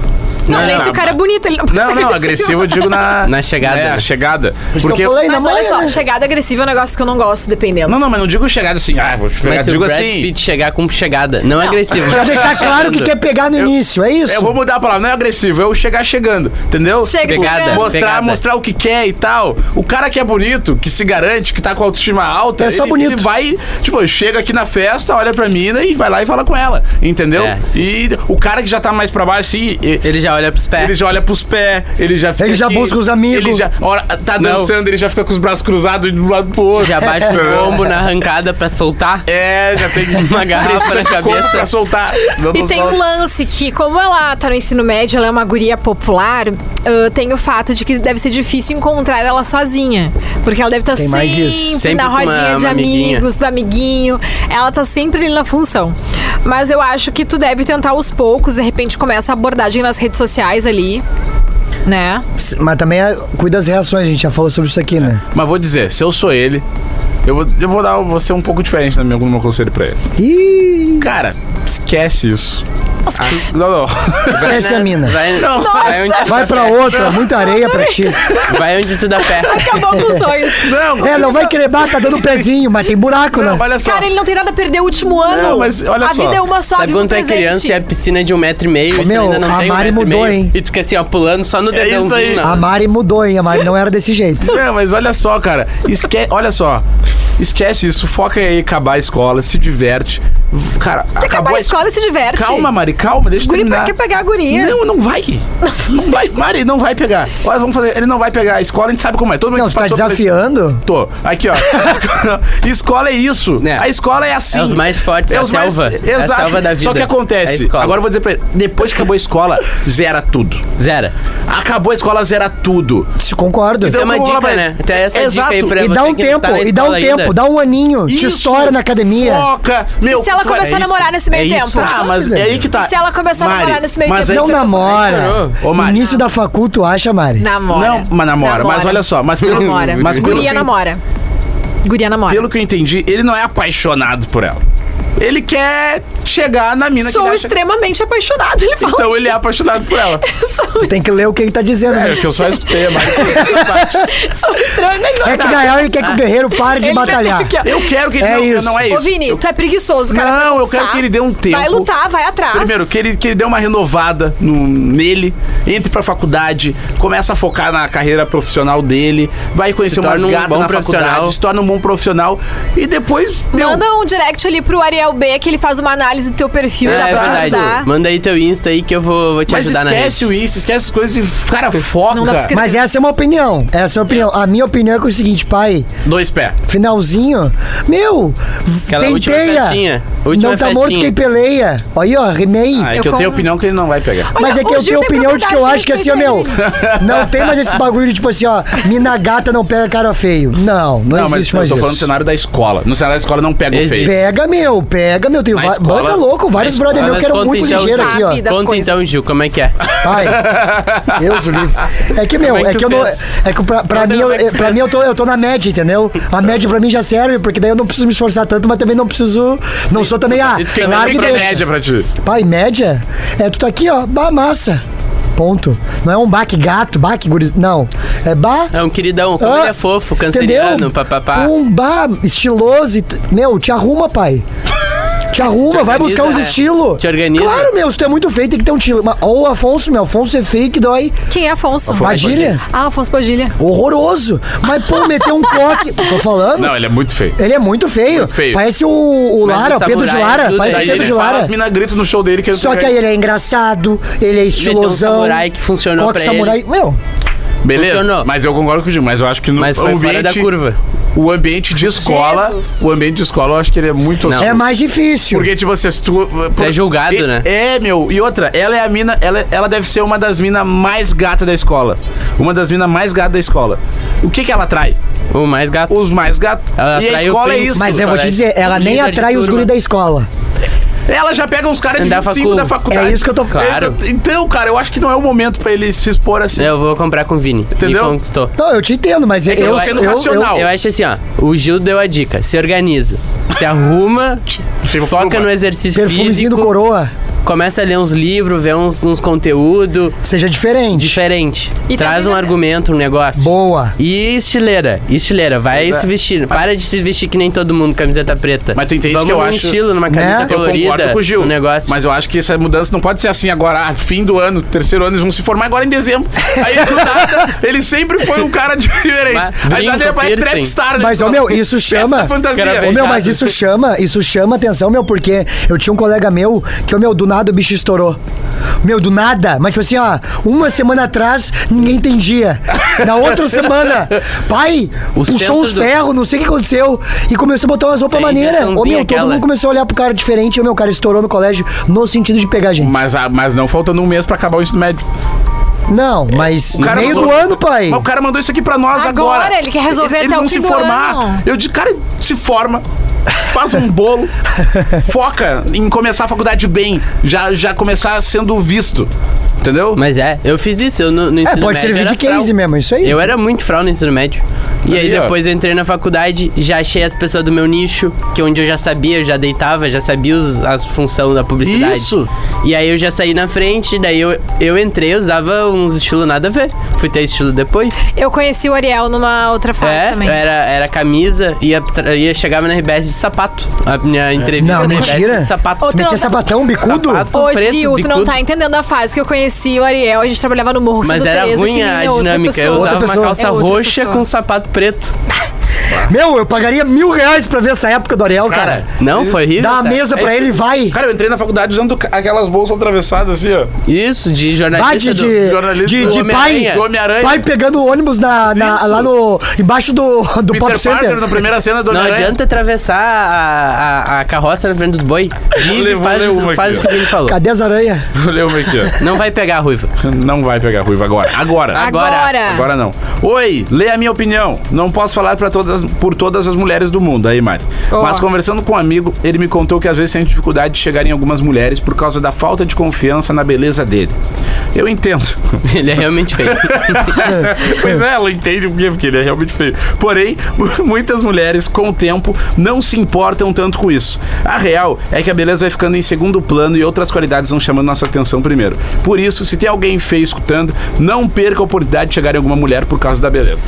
[SPEAKER 2] Não,
[SPEAKER 5] tá.
[SPEAKER 3] Não,
[SPEAKER 2] nem
[SPEAKER 3] não,
[SPEAKER 2] se o cara é bonito, ele não pode
[SPEAKER 1] Não,
[SPEAKER 2] ser
[SPEAKER 1] não, agressivo eu digo na.
[SPEAKER 3] Na chegada,
[SPEAKER 1] É,
[SPEAKER 3] né?
[SPEAKER 1] chegada.
[SPEAKER 5] Por isso que
[SPEAKER 1] Porque.
[SPEAKER 5] eu falei, na
[SPEAKER 2] Mas olha
[SPEAKER 5] manha.
[SPEAKER 2] só,
[SPEAKER 5] né?
[SPEAKER 2] chegada agressiva é um negócio que eu não gosto, dependendo.
[SPEAKER 1] Não, não, mas não digo chegada assim, ah, vou te pegar.
[SPEAKER 3] Mas se
[SPEAKER 1] Digo
[SPEAKER 3] o Brad
[SPEAKER 1] assim.
[SPEAKER 3] Pitt chegar com chegada, não, é
[SPEAKER 2] Não.
[SPEAKER 3] agressivo.
[SPEAKER 5] Pra deixar claro que
[SPEAKER 3] Chegando.
[SPEAKER 5] quer pegar no início, é isso?
[SPEAKER 1] Eu vou mudar a palavra, não é agressivo, eu chegar chegando, entendeu?
[SPEAKER 2] Chega chegando.
[SPEAKER 1] mostrar,
[SPEAKER 3] Pegada.
[SPEAKER 1] mostrar o que quer e tal. O cara que é bonito, que se garante, que tá com a autoestima alta,
[SPEAKER 5] É só
[SPEAKER 1] ele,
[SPEAKER 5] bonito.
[SPEAKER 1] ele vai, tipo, chega aqui na festa, olha pra mina e vai lá e fala com ela, entendeu?
[SPEAKER 3] É, sim.
[SPEAKER 1] e o cara que já tá mais pra baixo, assim, e-
[SPEAKER 3] Ele já olha pros pés.
[SPEAKER 1] ele já olha pros pés, ele já fica
[SPEAKER 5] Ele já
[SPEAKER 1] aqui,
[SPEAKER 5] busca os amigos.
[SPEAKER 1] Ele já, ora, tá
[SPEAKER 3] Não.
[SPEAKER 1] dançando, ele já fica com os braços cruzados de um lado pro outro.
[SPEAKER 3] Já baixa o combo na arrancada pra soltar.
[SPEAKER 1] É, já tem
[SPEAKER 3] Uma garrafa
[SPEAKER 1] pressão
[SPEAKER 3] na
[SPEAKER 1] de combo
[SPEAKER 3] cabeça.
[SPEAKER 1] pra soltar.
[SPEAKER 2] E tem um lance que, como ela tá no ensino médio, ela é uma guria popular, ah, tem o fato de que deve ser difícil encontrar ela sozinha. Porque ela deve estar
[SPEAKER 5] Tem
[SPEAKER 2] sempre,
[SPEAKER 5] mais isso.
[SPEAKER 3] Sempre
[SPEAKER 2] na
[SPEAKER 3] com uma-
[SPEAKER 2] rodinha de
[SPEAKER 3] uma amiguinha.
[SPEAKER 2] amigos, do amiguinho. Ela tá sempre ali na função. Mas eu acho que tu deve tentar aos poucos, de repente começa a abordagem nas redes sociais ali. Né?
[SPEAKER 5] Mas também é- cuida das reações, a gente já falou sobre isso aqui, né?
[SPEAKER 1] Mas vou dizer, se eu sou ele, eu vou, eu vou dar vou ser um pouco diferente na minha, no meu conselho pra ele.
[SPEAKER 5] Ih,
[SPEAKER 1] Cara, esquece isso. Ah, não, não.
[SPEAKER 5] esquece é a mina.
[SPEAKER 3] Vai,
[SPEAKER 1] Não.
[SPEAKER 3] vai, onde,
[SPEAKER 5] Vai pra outra, muita areia pra ti.
[SPEAKER 3] vai onde tu dá pé.
[SPEAKER 2] Acabou com os sonhos.
[SPEAKER 1] Não,
[SPEAKER 5] É, não vai querer bah, tá dando pezinho, mas tem buraco,
[SPEAKER 1] não,
[SPEAKER 5] né?
[SPEAKER 1] olha só.
[SPEAKER 2] Cara, ele não tem nada a perder o último ano.
[SPEAKER 1] Não, mas olha
[SPEAKER 2] a
[SPEAKER 1] só.
[SPEAKER 2] vida é uma só,
[SPEAKER 3] Sabe
[SPEAKER 2] vive um
[SPEAKER 3] quando tu é
[SPEAKER 2] presente.
[SPEAKER 3] criança e a piscina é de um metro e meio? e tu
[SPEAKER 5] Meu,
[SPEAKER 3] ainda não
[SPEAKER 5] a
[SPEAKER 3] tem um
[SPEAKER 5] Mari
[SPEAKER 3] metro e
[SPEAKER 5] mudou,
[SPEAKER 3] meio,
[SPEAKER 5] hein?
[SPEAKER 3] E tu fica assim, ó, pulando só no
[SPEAKER 1] É isso
[SPEAKER 3] dedãozinho.
[SPEAKER 1] aí.
[SPEAKER 3] na-
[SPEAKER 5] A Mari mudou, hein? A Mari não era desse jeito.
[SPEAKER 2] é
[SPEAKER 1] Não, mas olha só, cara. Esque... Olha só. Esquece isso. Foca em acabar a escola, se diverte. V- Cara,
[SPEAKER 2] Acabar
[SPEAKER 1] acabou
[SPEAKER 2] a escola e se diverte.
[SPEAKER 1] Calma, Mari, calma, deixa eu
[SPEAKER 2] Guri, pra
[SPEAKER 1] terminar.
[SPEAKER 2] que pegar a guria?
[SPEAKER 1] Não, não vai. Não vai. Mari, não vai pegar. Olha, vamos fazer. Ele não vai pegar. A escola a gente sabe como é. Todo mundo
[SPEAKER 5] Não,
[SPEAKER 1] que
[SPEAKER 5] você tá
[SPEAKER 1] passou por esse-
[SPEAKER 5] desafiando?
[SPEAKER 1] Tô. Aqui, ó. escola é isso.
[SPEAKER 3] É.
[SPEAKER 1] A escola é assim.
[SPEAKER 3] É os mais fortes, é a selva.
[SPEAKER 1] Exato.
[SPEAKER 3] É a selva da vida.
[SPEAKER 1] Só que
[SPEAKER 3] É a
[SPEAKER 1] acontece.
[SPEAKER 3] escola.
[SPEAKER 1] Agora eu vou dizer pra ele. Depois que acabou a escola, zera tudo.
[SPEAKER 3] Zera.
[SPEAKER 1] Acabou a escola, zera tudo.
[SPEAKER 5] Isso, concordo.
[SPEAKER 3] Isso é uma
[SPEAKER 1] Então vamos lá pra
[SPEAKER 3] dica,
[SPEAKER 1] ele.
[SPEAKER 3] né? Até essa
[SPEAKER 1] Exato.
[SPEAKER 3] dica aí pra
[SPEAKER 5] E dá
[SPEAKER 3] você
[SPEAKER 5] um
[SPEAKER 3] que não
[SPEAKER 5] tempo,
[SPEAKER 3] tá na
[SPEAKER 5] e dá um
[SPEAKER 3] escola
[SPEAKER 5] tempo,
[SPEAKER 3] ainda.
[SPEAKER 5] dá um aninho, te
[SPEAKER 1] Isso.
[SPEAKER 5] estoura na academia.
[SPEAKER 1] Foca. Meu,
[SPEAKER 2] E se ela
[SPEAKER 1] tu vai-
[SPEAKER 2] começar a
[SPEAKER 1] é isso.
[SPEAKER 2] namorar nesse
[SPEAKER 3] É
[SPEAKER 2] meio
[SPEAKER 3] isso.
[SPEAKER 2] tempo?
[SPEAKER 1] Ah, mas é aí que tá.
[SPEAKER 2] E se ela começar a
[SPEAKER 1] Mari,
[SPEAKER 2] namorar nesse meio
[SPEAKER 1] mas
[SPEAKER 2] tempo?
[SPEAKER 1] aí
[SPEAKER 5] Não
[SPEAKER 1] que tá-
[SPEAKER 5] namora.
[SPEAKER 1] Ô, Mari.
[SPEAKER 5] Início da facu, tu acha, Mari?
[SPEAKER 2] Namora.
[SPEAKER 1] Não, mas namora. Mas olha só, mas pelo-
[SPEAKER 2] Namora.
[SPEAKER 1] mas pelo
[SPEAKER 2] Guria
[SPEAKER 1] que-
[SPEAKER 2] namora. Guria namora.
[SPEAKER 1] Pelo que eu entendi, ele não é apaixonado por ela. Ele quer chegar na mina
[SPEAKER 2] Sou
[SPEAKER 1] que ele acha-
[SPEAKER 2] extremamente apaixonado, ele fala.
[SPEAKER 1] Então ele é apaixonado por ela.
[SPEAKER 5] Tu tem que ler o que ele tá dizendo, né?
[SPEAKER 1] É, que eu só escutei, mas
[SPEAKER 2] Sou extremamente
[SPEAKER 5] É que na real ele quer que o guerreiro pare de
[SPEAKER 2] Ele
[SPEAKER 5] batalhar.
[SPEAKER 2] meteu que-
[SPEAKER 1] eu quero que ele
[SPEAKER 5] É
[SPEAKER 1] não,
[SPEAKER 5] isso.
[SPEAKER 1] não é isso.
[SPEAKER 2] Ô, Vini, tu é preguiçoso, cara.
[SPEAKER 1] Não,
[SPEAKER 2] pra
[SPEAKER 1] eu quero
[SPEAKER 2] conquistar.
[SPEAKER 1] que ele dê um tempo.
[SPEAKER 2] Vai lutar, vai atrás.
[SPEAKER 1] Primeiro, que ele, que ele dê uma renovada no- nele, entre pra faculdade, começa a focar na carreira profissional dele, vai conhecer umas
[SPEAKER 3] torna um
[SPEAKER 1] gatas
[SPEAKER 3] bom
[SPEAKER 1] na faculdade,
[SPEAKER 3] profissional.
[SPEAKER 1] se torna um bom profissional e depois, meu,
[SPEAKER 2] Manda um direct ali pro Ariel B, que ele faz uma análise do teu perfil,
[SPEAKER 3] É,
[SPEAKER 2] já
[SPEAKER 3] é
[SPEAKER 2] pra te
[SPEAKER 3] verdade.
[SPEAKER 2] ajudar.
[SPEAKER 3] Manda aí teu Insta aí que eu vou, vou te
[SPEAKER 1] mas
[SPEAKER 3] ajudar
[SPEAKER 1] esquece o isso, esquece as coisas e, cara,
[SPEAKER 2] Não dá pra
[SPEAKER 1] foca.
[SPEAKER 2] esquecer.
[SPEAKER 5] Mas essa é uma opinião. Essa é a opinião. A minha opinião é que é o seguinte, pai,
[SPEAKER 1] Dois pés.
[SPEAKER 5] finalzinho, meu,
[SPEAKER 3] Aquela é última
[SPEAKER 5] tenteia.
[SPEAKER 3] festinha, última
[SPEAKER 5] não tá morto
[SPEAKER 3] festinha.
[SPEAKER 5] quem peleia. Aí, ó, rimei.
[SPEAKER 1] Ah, é
[SPEAKER 2] Eu
[SPEAKER 1] que eu tenho
[SPEAKER 2] con-
[SPEAKER 1] opinião que ele não vai pegar.
[SPEAKER 5] Mas
[SPEAKER 2] Olha,
[SPEAKER 5] é que eu
[SPEAKER 2] o Gil
[SPEAKER 5] tenho
[SPEAKER 2] tem
[SPEAKER 5] opinião de que eu
[SPEAKER 2] propriedade
[SPEAKER 5] acho que assim, ó,
[SPEAKER 2] respeito
[SPEAKER 5] meu, não tem mais esse bagulho de tipo assim, ó, mina gata não pega cara feio. Não, não,
[SPEAKER 1] Não, mas
[SPEAKER 5] existe
[SPEAKER 1] eu
[SPEAKER 5] mais
[SPEAKER 1] tô falando do
[SPEAKER 5] isso.
[SPEAKER 1] cenário da escola. No cenário da escola não pega o
[SPEAKER 3] Existe.
[SPEAKER 1] feio.
[SPEAKER 5] Pega, meu, pega, meu. Tem
[SPEAKER 1] Na
[SPEAKER 5] va-
[SPEAKER 1] escola-
[SPEAKER 5] banda louco, vários
[SPEAKER 1] na
[SPEAKER 5] brother meu
[SPEAKER 3] escola-
[SPEAKER 5] que eram
[SPEAKER 3] Mas
[SPEAKER 5] muito
[SPEAKER 3] quanto já
[SPEAKER 5] ligeiro
[SPEAKER 3] sabe
[SPEAKER 5] aqui, ó.
[SPEAKER 2] da-
[SPEAKER 3] o.
[SPEAKER 2] das
[SPEAKER 3] Conta
[SPEAKER 2] coisas.
[SPEAKER 3] então, Gil, como é que é?
[SPEAKER 5] Pai, Deus o livre. É que, meu,
[SPEAKER 3] Como
[SPEAKER 5] é
[SPEAKER 3] é que
[SPEAKER 5] que eu
[SPEAKER 3] tu
[SPEAKER 5] não.
[SPEAKER 3] fez?
[SPEAKER 5] É que pra, pra
[SPEAKER 3] Conta
[SPEAKER 5] mim,
[SPEAKER 3] como
[SPEAKER 5] eu,
[SPEAKER 3] é que tu
[SPEAKER 5] pra
[SPEAKER 3] fez.
[SPEAKER 5] mim eu, tô, eu tô na média, entendeu? A média pra mim já serve, porque daí eu não preciso me esforçar tanto, mas também não preciso. Não sou também, ah,
[SPEAKER 3] E tu quer
[SPEAKER 5] larga
[SPEAKER 1] Tem
[SPEAKER 5] e
[SPEAKER 1] que ter
[SPEAKER 5] deixa.
[SPEAKER 1] média pra ti.
[SPEAKER 5] Pai, média? É, tu tá aqui, ó, bah, massa. Ponto. Não é um baque gato, baque guri. Não. É bah.
[SPEAKER 3] É um queridão, como
[SPEAKER 5] Ah,
[SPEAKER 3] ele é fofo,
[SPEAKER 5] entendeu?
[SPEAKER 3] canceriano, papapá.
[SPEAKER 5] Um bah, estiloso. e t- Meu, te arruma, pai. Te arruma, vai buscar uns
[SPEAKER 3] organiza, é.
[SPEAKER 5] estilos.
[SPEAKER 3] Te organiza.
[SPEAKER 5] Claro, meu, se tu é muito feio, tem que ter um estilo. Mas- Ou o Afonso, meu, Afonso é feio que dói.
[SPEAKER 2] Quem é Afonso?
[SPEAKER 5] Padilha?
[SPEAKER 2] Ah, Afonso Padilha.
[SPEAKER 5] Horroroso. Mas, pô, meteu um coque. Tô falando?
[SPEAKER 1] Não, ele é muito feio.
[SPEAKER 5] Ele é muito feio.
[SPEAKER 1] Muito feio.
[SPEAKER 5] Parece o, o
[SPEAKER 3] Mas
[SPEAKER 5] Lara,
[SPEAKER 3] o
[SPEAKER 5] o Pedro de
[SPEAKER 3] samurai,
[SPEAKER 5] Lara.
[SPEAKER 3] tudo
[SPEAKER 5] Parece o
[SPEAKER 3] aí, né?
[SPEAKER 1] Daí
[SPEAKER 5] Pedro
[SPEAKER 1] ele
[SPEAKER 5] de
[SPEAKER 1] fala,
[SPEAKER 5] Lara.
[SPEAKER 1] as mina gritam no show dele que ele
[SPEAKER 5] Só que aí ele é engraçado, ele é
[SPEAKER 3] Ele tem um
[SPEAKER 5] estilosão.
[SPEAKER 3] samurai que funcionou
[SPEAKER 5] coque
[SPEAKER 3] pra
[SPEAKER 5] samurai. Meu,
[SPEAKER 1] Beleza.
[SPEAKER 3] Funcionou.
[SPEAKER 1] Mas eu concordo com o Gil, mas eu acho que no
[SPEAKER 3] Mas foi fora da curva.
[SPEAKER 1] O ambiente de escola.
[SPEAKER 2] Jesus.
[SPEAKER 1] O ambiente de escola, eu acho que ele é muito
[SPEAKER 3] Não.
[SPEAKER 5] É mais difícil.
[SPEAKER 1] Porque, tipo, vocês. Tu, por-
[SPEAKER 3] é julgado,
[SPEAKER 1] e-
[SPEAKER 3] né?
[SPEAKER 1] É, meu. E outra, ela é a mina. Ela, ela deve ser uma das minas mais gata da escola. Uma das minas mais gata da escola. O que que ela atrai?
[SPEAKER 3] O mais gato.
[SPEAKER 1] Os mais gatos.
[SPEAKER 3] Ela
[SPEAKER 1] E a
[SPEAKER 3] atrai o
[SPEAKER 1] escola é
[SPEAKER 3] príncipe.
[SPEAKER 1] isso.
[SPEAKER 5] Mas eu vou te
[SPEAKER 3] Parece
[SPEAKER 5] dizer, ela
[SPEAKER 3] um
[SPEAKER 5] nem
[SPEAKER 3] líder de
[SPEAKER 5] atrai os
[SPEAKER 3] turma.
[SPEAKER 5] guris da escola.
[SPEAKER 1] Ela já pega uns caras de
[SPEAKER 3] Da
[SPEAKER 1] 25 da
[SPEAKER 3] facu.
[SPEAKER 1] faculdade.
[SPEAKER 5] É isso que eu tô-
[SPEAKER 3] Claro.
[SPEAKER 1] Então, cara, eu acho que não é o momento pra ele se expor assim.
[SPEAKER 3] Eu vou comprar com o Vini.
[SPEAKER 1] Entendeu?
[SPEAKER 3] Me conquistou.
[SPEAKER 5] Então, eu te entendo, mas
[SPEAKER 1] que
[SPEAKER 5] eu,
[SPEAKER 1] eu sendo
[SPEAKER 5] eu, eu,
[SPEAKER 1] racional. Não.
[SPEAKER 3] Eu acho assim, ó. O Gil deu a dica. Se organiza. Se arruma.
[SPEAKER 1] Se
[SPEAKER 3] foca
[SPEAKER 1] arruma.
[SPEAKER 3] no exercício
[SPEAKER 5] perfumezinho
[SPEAKER 3] físico.
[SPEAKER 5] do coroa,
[SPEAKER 3] Começa a ler uns livros, ver uns, uns conteúdo
[SPEAKER 5] seja diferente.
[SPEAKER 3] diferente.
[SPEAKER 2] E tá
[SPEAKER 3] Traz
[SPEAKER 2] também-
[SPEAKER 3] um argumento, um negócio.
[SPEAKER 5] Boa.
[SPEAKER 3] E estileira, e estileira, vai
[SPEAKER 1] Pois é.
[SPEAKER 3] se vestir. Para de se vestir que nem todo mundo, camiseta preta.
[SPEAKER 1] Mas tu entende
[SPEAKER 3] Vamos
[SPEAKER 1] que eu
[SPEAKER 3] num
[SPEAKER 1] acho-
[SPEAKER 3] estilo, numa camisa
[SPEAKER 5] Né?
[SPEAKER 1] Eu
[SPEAKER 3] colorida,
[SPEAKER 1] concordo com o Gil.
[SPEAKER 3] um negócio.
[SPEAKER 1] Mas eu acho que essa mudança não pode ser assim agora, ah, fim do ano, terceiro ano, eles vão se formar agora em dezembro. Aí do nada, ele sempre foi um cara diferente.
[SPEAKER 3] Mas
[SPEAKER 1] Aí do nada ele
[SPEAKER 3] brinco,
[SPEAKER 1] aparece
[SPEAKER 3] piercing.
[SPEAKER 1] trapstar. né?
[SPEAKER 5] Mas, ô, meu, isso
[SPEAKER 1] Festa
[SPEAKER 5] chama.
[SPEAKER 1] fantasia.
[SPEAKER 3] Cara,
[SPEAKER 5] Ô, meu, mas
[SPEAKER 3] Beijado.
[SPEAKER 5] isso chama, isso chama atenção, meu, porque eu tinha um colega meu que, ô, meu, do nada o bicho estourou. Meu, do nada. Mas, tipo assim, ó, uma semana atrás, ninguém entendia. Na outra semana, pai, puxou
[SPEAKER 3] centro
[SPEAKER 5] os
[SPEAKER 3] do-
[SPEAKER 5] ferros, não sei o que aconteceu. E começou a botar umas roupas
[SPEAKER 3] Sem
[SPEAKER 5] maneiras. Ô, meu,
[SPEAKER 3] injeçãozinha
[SPEAKER 5] todo
[SPEAKER 3] aquela.
[SPEAKER 5] mundo começou a olhar pro cara diferente. Ô, meu, o cara estourou no colégio no sentido de pegar gente.
[SPEAKER 1] Mas, ah, mas não faltando um mês pra acabar o ensino médio.
[SPEAKER 5] Não, mas
[SPEAKER 1] O cara
[SPEAKER 5] meio
[SPEAKER 1] mandou-
[SPEAKER 5] do ano, pai.
[SPEAKER 1] Mas o cara mandou isso aqui pra nós agora.
[SPEAKER 2] Agora, ele quer resolver
[SPEAKER 1] Eles
[SPEAKER 2] até o
[SPEAKER 1] vão
[SPEAKER 2] fim
[SPEAKER 1] se
[SPEAKER 2] do
[SPEAKER 1] formar.
[SPEAKER 2] ano.
[SPEAKER 1] Eu digo, cara, se forma. Faz um bolo, foca em começar a faculdade bem, já, já começar sendo visto, entendeu?
[SPEAKER 3] Mas é, eu fiz isso, eu no, no
[SPEAKER 5] É,
[SPEAKER 3] ensino
[SPEAKER 5] pode
[SPEAKER 3] médio
[SPEAKER 5] servir
[SPEAKER 3] era
[SPEAKER 5] de case
[SPEAKER 3] frau.
[SPEAKER 5] mesmo, é isso aí.
[SPEAKER 3] Eu era muito frau no ensino médio. E aí,
[SPEAKER 1] Aí, ó.
[SPEAKER 3] depois eu entrei na faculdade, já achei as pessoas do meu nicho, que onde eu já sabia, eu já deitava, já sabia os- as funções da publicidade.
[SPEAKER 1] Isso.
[SPEAKER 3] E aí eu já saí na frente, daí eu, eu entrei, usava uns estilos nada a ver. Fui ter estilo depois.
[SPEAKER 2] Eu conheci o Ariel numa outra fase
[SPEAKER 3] É,
[SPEAKER 2] também.
[SPEAKER 3] era, era camisa, ia, tra- ia chegava na RBS de sapato. A minha entrevista.
[SPEAKER 5] É. Não,
[SPEAKER 3] na RBS
[SPEAKER 5] mentira.
[SPEAKER 3] De sapato.
[SPEAKER 2] Ô, tu não tá-
[SPEAKER 5] Metia sapatão, bicudo?
[SPEAKER 3] Sapato.
[SPEAKER 2] Ô,
[SPEAKER 3] preto,
[SPEAKER 2] Gil, tu não
[SPEAKER 3] bicudo.
[SPEAKER 2] tá entendendo a fase que eu conheci o Ariel. A gente trabalhava no Morro
[SPEAKER 3] Mas
[SPEAKER 2] Santa
[SPEAKER 3] era
[SPEAKER 2] Teresa,
[SPEAKER 3] ruim
[SPEAKER 2] esse menino
[SPEAKER 3] a
[SPEAKER 2] é outra
[SPEAKER 3] dinâmica. Eu
[SPEAKER 2] pessoa.
[SPEAKER 3] usava uma
[SPEAKER 5] pessoa.
[SPEAKER 3] calça
[SPEAKER 2] É outra
[SPEAKER 3] roxa
[SPEAKER 2] pessoa.
[SPEAKER 3] com sapato preto.
[SPEAKER 5] Meu, eu pagaria mil reais pra ver essa época do Ariel, cara.
[SPEAKER 1] Cara, É
[SPEAKER 3] Não, foi horrível.
[SPEAKER 5] Dá a
[SPEAKER 3] sabe? É
[SPEAKER 5] mesa pra ele e vai.
[SPEAKER 1] Cara, eu entrei na faculdade usando ca- aquelas bolsas atravessadas assim, ó.
[SPEAKER 3] Isso, de jornalista. do-
[SPEAKER 5] Bate de,
[SPEAKER 1] jornalista
[SPEAKER 5] de,
[SPEAKER 1] do
[SPEAKER 5] de pai,
[SPEAKER 3] Homem-Aranha.
[SPEAKER 1] Do Homem-Aranha.
[SPEAKER 5] pai pegando ônibus na, na-
[SPEAKER 1] Isso.
[SPEAKER 5] lá no. embaixo do, do
[SPEAKER 1] Peter
[SPEAKER 5] Pop Center.
[SPEAKER 1] Parker na primeira cena do
[SPEAKER 3] Não
[SPEAKER 1] Homem-Aranha.
[SPEAKER 3] adianta atravessar a, a, a carroça na frente dos boi. Vive,
[SPEAKER 1] Levou-
[SPEAKER 3] faz,
[SPEAKER 1] levou
[SPEAKER 3] o- faz o
[SPEAKER 1] aqui,
[SPEAKER 3] que ele falou.
[SPEAKER 5] Cadê as aranhas?
[SPEAKER 1] Vou ler uma aqui, ó.
[SPEAKER 3] Não vai pegar a ruiva.
[SPEAKER 1] Não vai pegar ruiva agora. Agora.
[SPEAKER 3] Agora.
[SPEAKER 2] Agora.
[SPEAKER 1] Agora não. Oi, lê a minha opinião. Não posso falar pra todas, por todas as mulheres do mundo, aí, Mari.
[SPEAKER 2] Ó.
[SPEAKER 1] Mas conversando com um amigo, ele me contou que às vezes sente dificuldade de chegar em algumas mulheres por causa da falta de confiança na beleza dele. Eu entendo.
[SPEAKER 3] Ele é realmente feio.
[SPEAKER 1] pois é, ela entende por quê, porque ele é realmente feio. Porém, mu- muitas mulheres, com o tempo, não se importam tanto com isso. A real é que a beleza vai ficando em segundo plano e outras qualidades vão chamando nossa atenção primeiro. Por isso, se tem alguém feio escutando, não perca a oportunidade de chegar em alguma mulher por causa da beleza.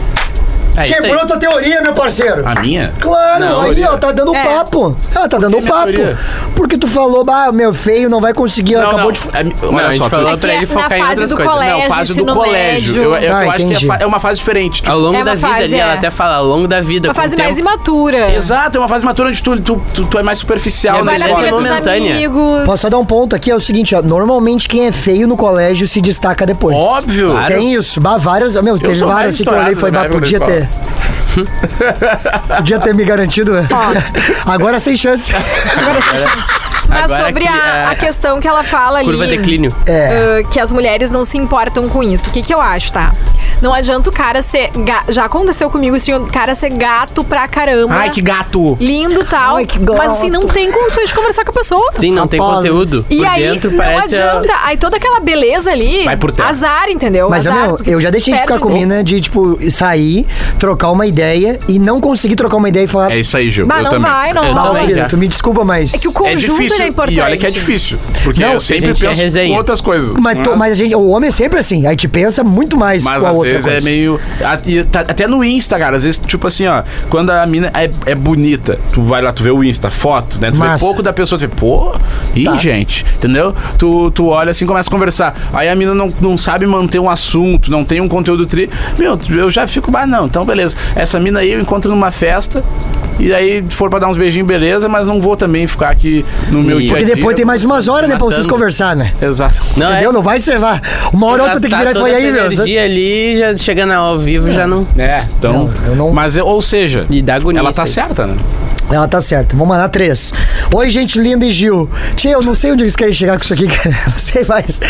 [SPEAKER 3] É isso aí.
[SPEAKER 5] Quebrou tua teoria, meu parceiro.
[SPEAKER 1] A minha?
[SPEAKER 5] Claro,
[SPEAKER 1] Ah, Não,
[SPEAKER 5] aí, ó, tá dando
[SPEAKER 2] É.
[SPEAKER 5] papo. Ah, tá dando
[SPEAKER 1] minha
[SPEAKER 5] papo.
[SPEAKER 1] teoria?
[SPEAKER 5] Porque tu falou, ah, meu feio não vai conseguir,
[SPEAKER 1] Não,
[SPEAKER 5] acabou
[SPEAKER 1] não.
[SPEAKER 5] de.
[SPEAKER 1] É,
[SPEAKER 3] Não, a
[SPEAKER 1] olha
[SPEAKER 3] gente
[SPEAKER 1] só, tu-
[SPEAKER 3] falou
[SPEAKER 2] É que
[SPEAKER 3] pra ele
[SPEAKER 2] na
[SPEAKER 3] focar em
[SPEAKER 2] fase
[SPEAKER 3] outras
[SPEAKER 2] do
[SPEAKER 3] coisas.
[SPEAKER 2] colégio,
[SPEAKER 1] Não, fase do
[SPEAKER 2] ensino
[SPEAKER 1] colégio.
[SPEAKER 2] médio.
[SPEAKER 1] Eu, eu-
[SPEAKER 5] Ah,
[SPEAKER 1] eu acho que é
[SPEAKER 5] entendi.
[SPEAKER 1] fa- é, uma fase diferente.
[SPEAKER 3] Ao longo
[SPEAKER 2] É uma
[SPEAKER 3] da vida
[SPEAKER 2] fase,
[SPEAKER 3] ali,
[SPEAKER 2] é.
[SPEAKER 3] ela até fala, ao longo da vida.
[SPEAKER 2] Uma
[SPEAKER 3] com o
[SPEAKER 1] um
[SPEAKER 2] fase mais
[SPEAKER 3] tempo,
[SPEAKER 2] imatura.
[SPEAKER 1] Exato, é uma fase matura onde tu, tu, tu, tu é mais superficial na
[SPEAKER 3] É,
[SPEAKER 2] Ah. Vai na
[SPEAKER 3] Mas
[SPEAKER 1] escola.
[SPEAKER 2] vida dos
[SPEAKER 3] momentânea.
[SPEAKER 2] amigos.
[SPEAKER 5] Posso só dar um ponto aqui? É o seguinte, ó. Normalmente quem é feio no colégio se destaca depois.
[SPEAKER 1] Óbvio.
[SPEAKER 3] Claro.
[SPEAKER 5] Tem isso, bah, várias. Meu, teve
[SPEAKER 1] sou mais
[SPEAKER 5] várias assim que eu olhei e
[SPEAKER 1] estourado
[SPEAKER 5] foi,
[SPEAKER 1] na
[SPEAKER 5] bah,
[SPEAKER 1] época da
[SPEAKER 5] podia ter. podia ter me garantido. né? Agora sem chance.
[SPEAKER 2] Mas
[SPEAKER 3] Agora
[SPEAKER 2] sobre
[SPEAKER 3] que-
[SPEAKER 2] a, a
[SPEAKER 3] é.
[SPEAKER 2] questão que ela fala ali.
[SPEAKER 3] Curva declínio.
[SPEAKER 5] É.
[SPEAKER 2] uh, que as mulheres não se importam com isso. O que, que eu acho, tá? Não adianta o cara ser. ga- Já aconteceu comigo isso, o cara ser gato pra caramba.
[SPEAKER 1] Ai, que gato.
[SPEAKER 2] Lindo tal.
[SPEAKER 5] Ai, que gato.
[SPEAKER 2] Mas assim, não tem condições de conversar com a pessoa.
[SPEAKER 3] Sim, não tem
[SPEAKER 5] Rapazes.
[SPEAKER 3] conteúdo.
[SPEAKER 2] E
[SPEAKER 3] Por
[SPEAKER 2] aí,
[SPEAKER 3] dentro
[SPEAKER 2] não
[SPEAKER 3] parece. a-
[SPEAKER 2] adianta. Aí toda aquela beleza ali.
[SPEAKER 1] Vai por terra.
[SPEAKER 2] Azar, entendeu?
[SPEAKER 5] Mas
[SPEAKER 2] azar,
[SPEAKER 5] meu,
[SPEAKER 2] porque
[SPEAKER 5] eu já deixei de
[SPEAKER 2] perde
[SPEAKER 5] ficar com
[SPEAKER 2] um pouco.
[SPEAKER 5] mina de, tipo, sair, trocar uma ideia e não conseguir trocar uma ideia e falar.
[SPEAKER 1] É isso aí, Gil.
[SPEAKER 2] Bah,
[SPEAKER 1] eu
[SPEAKER 2] não
[SPEAKER 1] também.
[SPEAKER 2] vai, não
[SPEAKER 1] eu
[SPEAKER 5] Bah,
[SPEAKER 2] vai.
[SPEAKER 1] também.
[SPEAKER 5] querida, tu me desculpa, mas.
[SPEAKER 2] É que o conjunto ele é importante.
[SPEAKER 1] E olha que é difícil. Porque
[SPEAKER 3] Não,
[SPEAKER 1] eu sempre
[SPEAKER 3] gente, é
[SPEAKER 1] penso
[SPEAKER 3] resenha.
[SPEAKER 1] com outras coisas.
[SPEAKER 5] Mas, tu- mas a gente, o homem é sempre assim, a gente pensa muito mais
[SPEAKER 1] Hum. Mas
[SPEAKER 5] com a
[SPEAKER 1] às
[SPEAKER 5] outra
[SPEAKER 1] vezes
[SPEAKER 5] coisa.
[SPEAKER 1] é meio. a- e tá- Até no Insta, cara. Às vezes, tipo assim, ó. Quando a mina é, é bonita, tu vai lá, tu vê o Insta, foto, né? Tu
[SPEAKER 5] Massa.
[SPEAKER 1] vê pouco da pessoa, tu vê, pô, ih,
[SPEAKER 5] Tá.
[SPEAKER 1] gente, entendeu? Tu, tu olha assim, começa a conversar. Aí a mina não, não sabe manter um assunto, não tem um conteúdo tri. Meu, eu já fico, mas não, então beleza. Essa mina aí eu encontro numa festa. E aí, se for pra dar uns beijinhos, beleza, mas não vou também ficar aqui no meu
[SPEAKER 3] Porque
[SPEAKER 1] dia a
[SPEAKER 5] Porque
[SPEAKER 1] dia.
[SPEAKER 5] depois tem mais umas horas, né, pra vocês
[SPEAKER 3] matando.
[SPEAKER 5] conversar, né?
[SPEAKER 1] Exato.
[SPEAKER 3] Não, é tá
[SPEAKER 5] Entendeu? Não vai ser lá. Uma hora ou outra tem que virar e falar, e aí, meu.
[SPEAKER 3] meu. dia ali, já chegando ao vivo, já não.
[SPEAKER 1] É, então.
[SPEAKER 5] Não, eu não-
[SPEAKER 1] Mas, ou seja,
[SPEAKER 3] E dá agonia
[SPEAKER 1] ela tá
[SPEAKER 3] isso aí.
[SPEAKER 1] certa, né?
[SPEAKER 5] Ela tá certa. Vamos mandar três. Oi, gente linda e Gil. Tia, eu não sei onde eles querem chegar com isso aqui, cara. Não sei mais.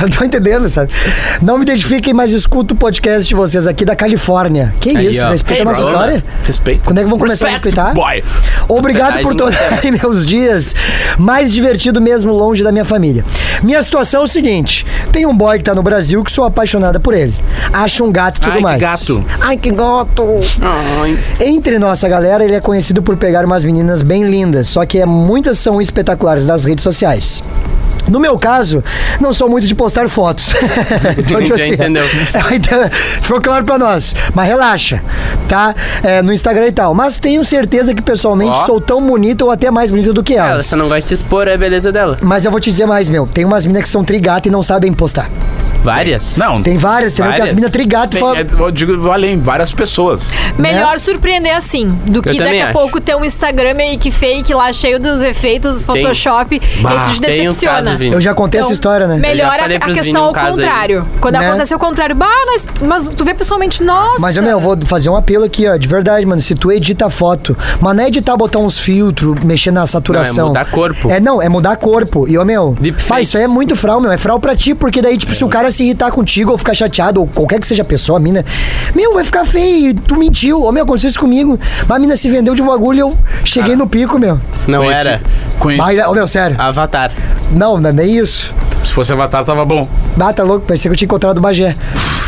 [SPEAKER 5] Eu tô entendendo, sabe? Não me identifiquem, mas escuto o podcast de vocês aqui da Califórnia. Que
[SPEAKER 3] Aí,
[SPEAKER 5] isso?
[SPEAKER 3] ó.
[SPEAKER 5] Respeita a nossa
[SPEAKER 1] brother.
[SPEAKER 5] história.
[SPEAKER 1] Respeito.
[SPEAKER 5] Quando é que vão começar a
[SPEAKER 1] Respect,
[SPEAKER 5] respeitar?
[SPEAKER 1] Boy.
[SPEAKER 5] Obrigado por tornarem meus dias mais divertido mesmo longe da minha família. Minha situação é o seguinte: tem um boy que tá no Brasil que sou apaixonada por ele. Acho um gato e tudo
[SPEAKER 1] Ai, que
[SPEAKER 5] mais.
[SPEAKER 1] gato.
[SPEAKER 5] Ai, que gato.
[SPEAKER 3] Ai.
[SPEAKER 5] Entre nossa galera, ele é conhecido por pegar umas meninas bem lindas, só que é- muitas são espetaculares nas redes sociais. No meu caso, não sou muito de postar fotos. então,
[SPEAKER 3] Já entendeu.
[SPEAKER 5] é, então, Ficou claro pra nós. Mas relaxa, tá? É, no Instagram e tal. Mas tenho certeza que pessoalmente
[SPEAKER 1] Ó.
[SPEAKER 5] sou tão bonita ou até mais bonita do que
[SPEAKER 3] Ela
[SPEAKER 5] elas.
[SPEAKER 3] só não gosta de se expor é a beleza dela.
[SPEAKER 5] Mas eu vou te dizer mais, meu. Tem umas minas que são trigata e não sabem postar.
[SPEAKER 3] Várias?
[SPEAKER 1] Não,
[SPEAKER 5] Tem várias, tem que
[SPEAKER 3] Várias?
[SPEAKER 5] as minas trigata
[SPEAKER 1] tem,
[SPEAKER 5] falam.
[SPEAKER 1] é, eu digo além, várias pessoas.
[SPEAKER 2] Melhor
[SPEAKER 5] Né?
[SPEAKER 2] surpreender assim do que daqui
[SPEAKER 3] também
[SPEAKER 2] a
[SPEAKER 3] acho.
[SPEAKER 2] pouco ter um Instagram meio que fake lá cheio dos efeitos, Photoshop, e aí tu te
[SPEAKER 3] Tem uns
[SPEAKER 2] decepciona.
[SPEAKER 3] casos, Vini.
[SPEAKER 5] Eu já contei
[SPEAKER 2] Então,
[SPEAKER 5] essa história, né?
[SPEAKER 3] Eu
[SPEAKER 2] Melhor
[SPEAKER 3] já
[SPEAKER 2] a,
[SPEAKER 3] falei
[SPEAKER 2] a
[SPEAKER 3] pros Vini
[SPEAKER 2] questão
[SPEAKER 3] um
[SPEAKER 2] ao
[SPEAKER 3] caso aí.
[SPEAKER 2] contrário. Quando
[SPEAKER 5] Né?
[SPEAKER 2] acontece o contrário, bah, mas, mas tu vê pessoalmente, nossa.
[SPEAKER 5] Mas, eu, meu, eu vou fazer um apelo aqui, ó, de verdade, mano. Se tu edita a foto, mas não é editar, botar uns filtros, mexer na saturação.
[SPEAKER 3] Não, é mudar corpo.
[SPEAKER 5] É, não, é mudar corpo. E, ó, meu,
[SPEAKER 3] Deepfake. É.
[SPEAKER 5] faz, isso aí é muito fral, meu. É fral pra ti, porque daí, tipo, se o cara se irritar contigo ou ficar chateado, ou qualquer que seja a pessoa, a mina, meu, vai ficar feio. e Tu mentiu. Ô, meu, aconteceu isso comigo. Mas a mina se vendeu de um bagulho e eu cheguei no pico, meu.
[SPEAKER 3] Não
[SPEAKER 1] Conheci-
[SPEAKER 3] era.
[SPEAKER 1] Conheci,
[SPEAKER 5] Mas, é ô, meu, sério.
[SPEAKER 3] Ah. Avatar.
[SPEAKER 5] Não, não é nem isso.
[SPEAKER 1] Se fosse Avatar, tava bom.
[SPEAKER 5] Ah, tá louco, parecia que eu tinha encontrado o Bagé.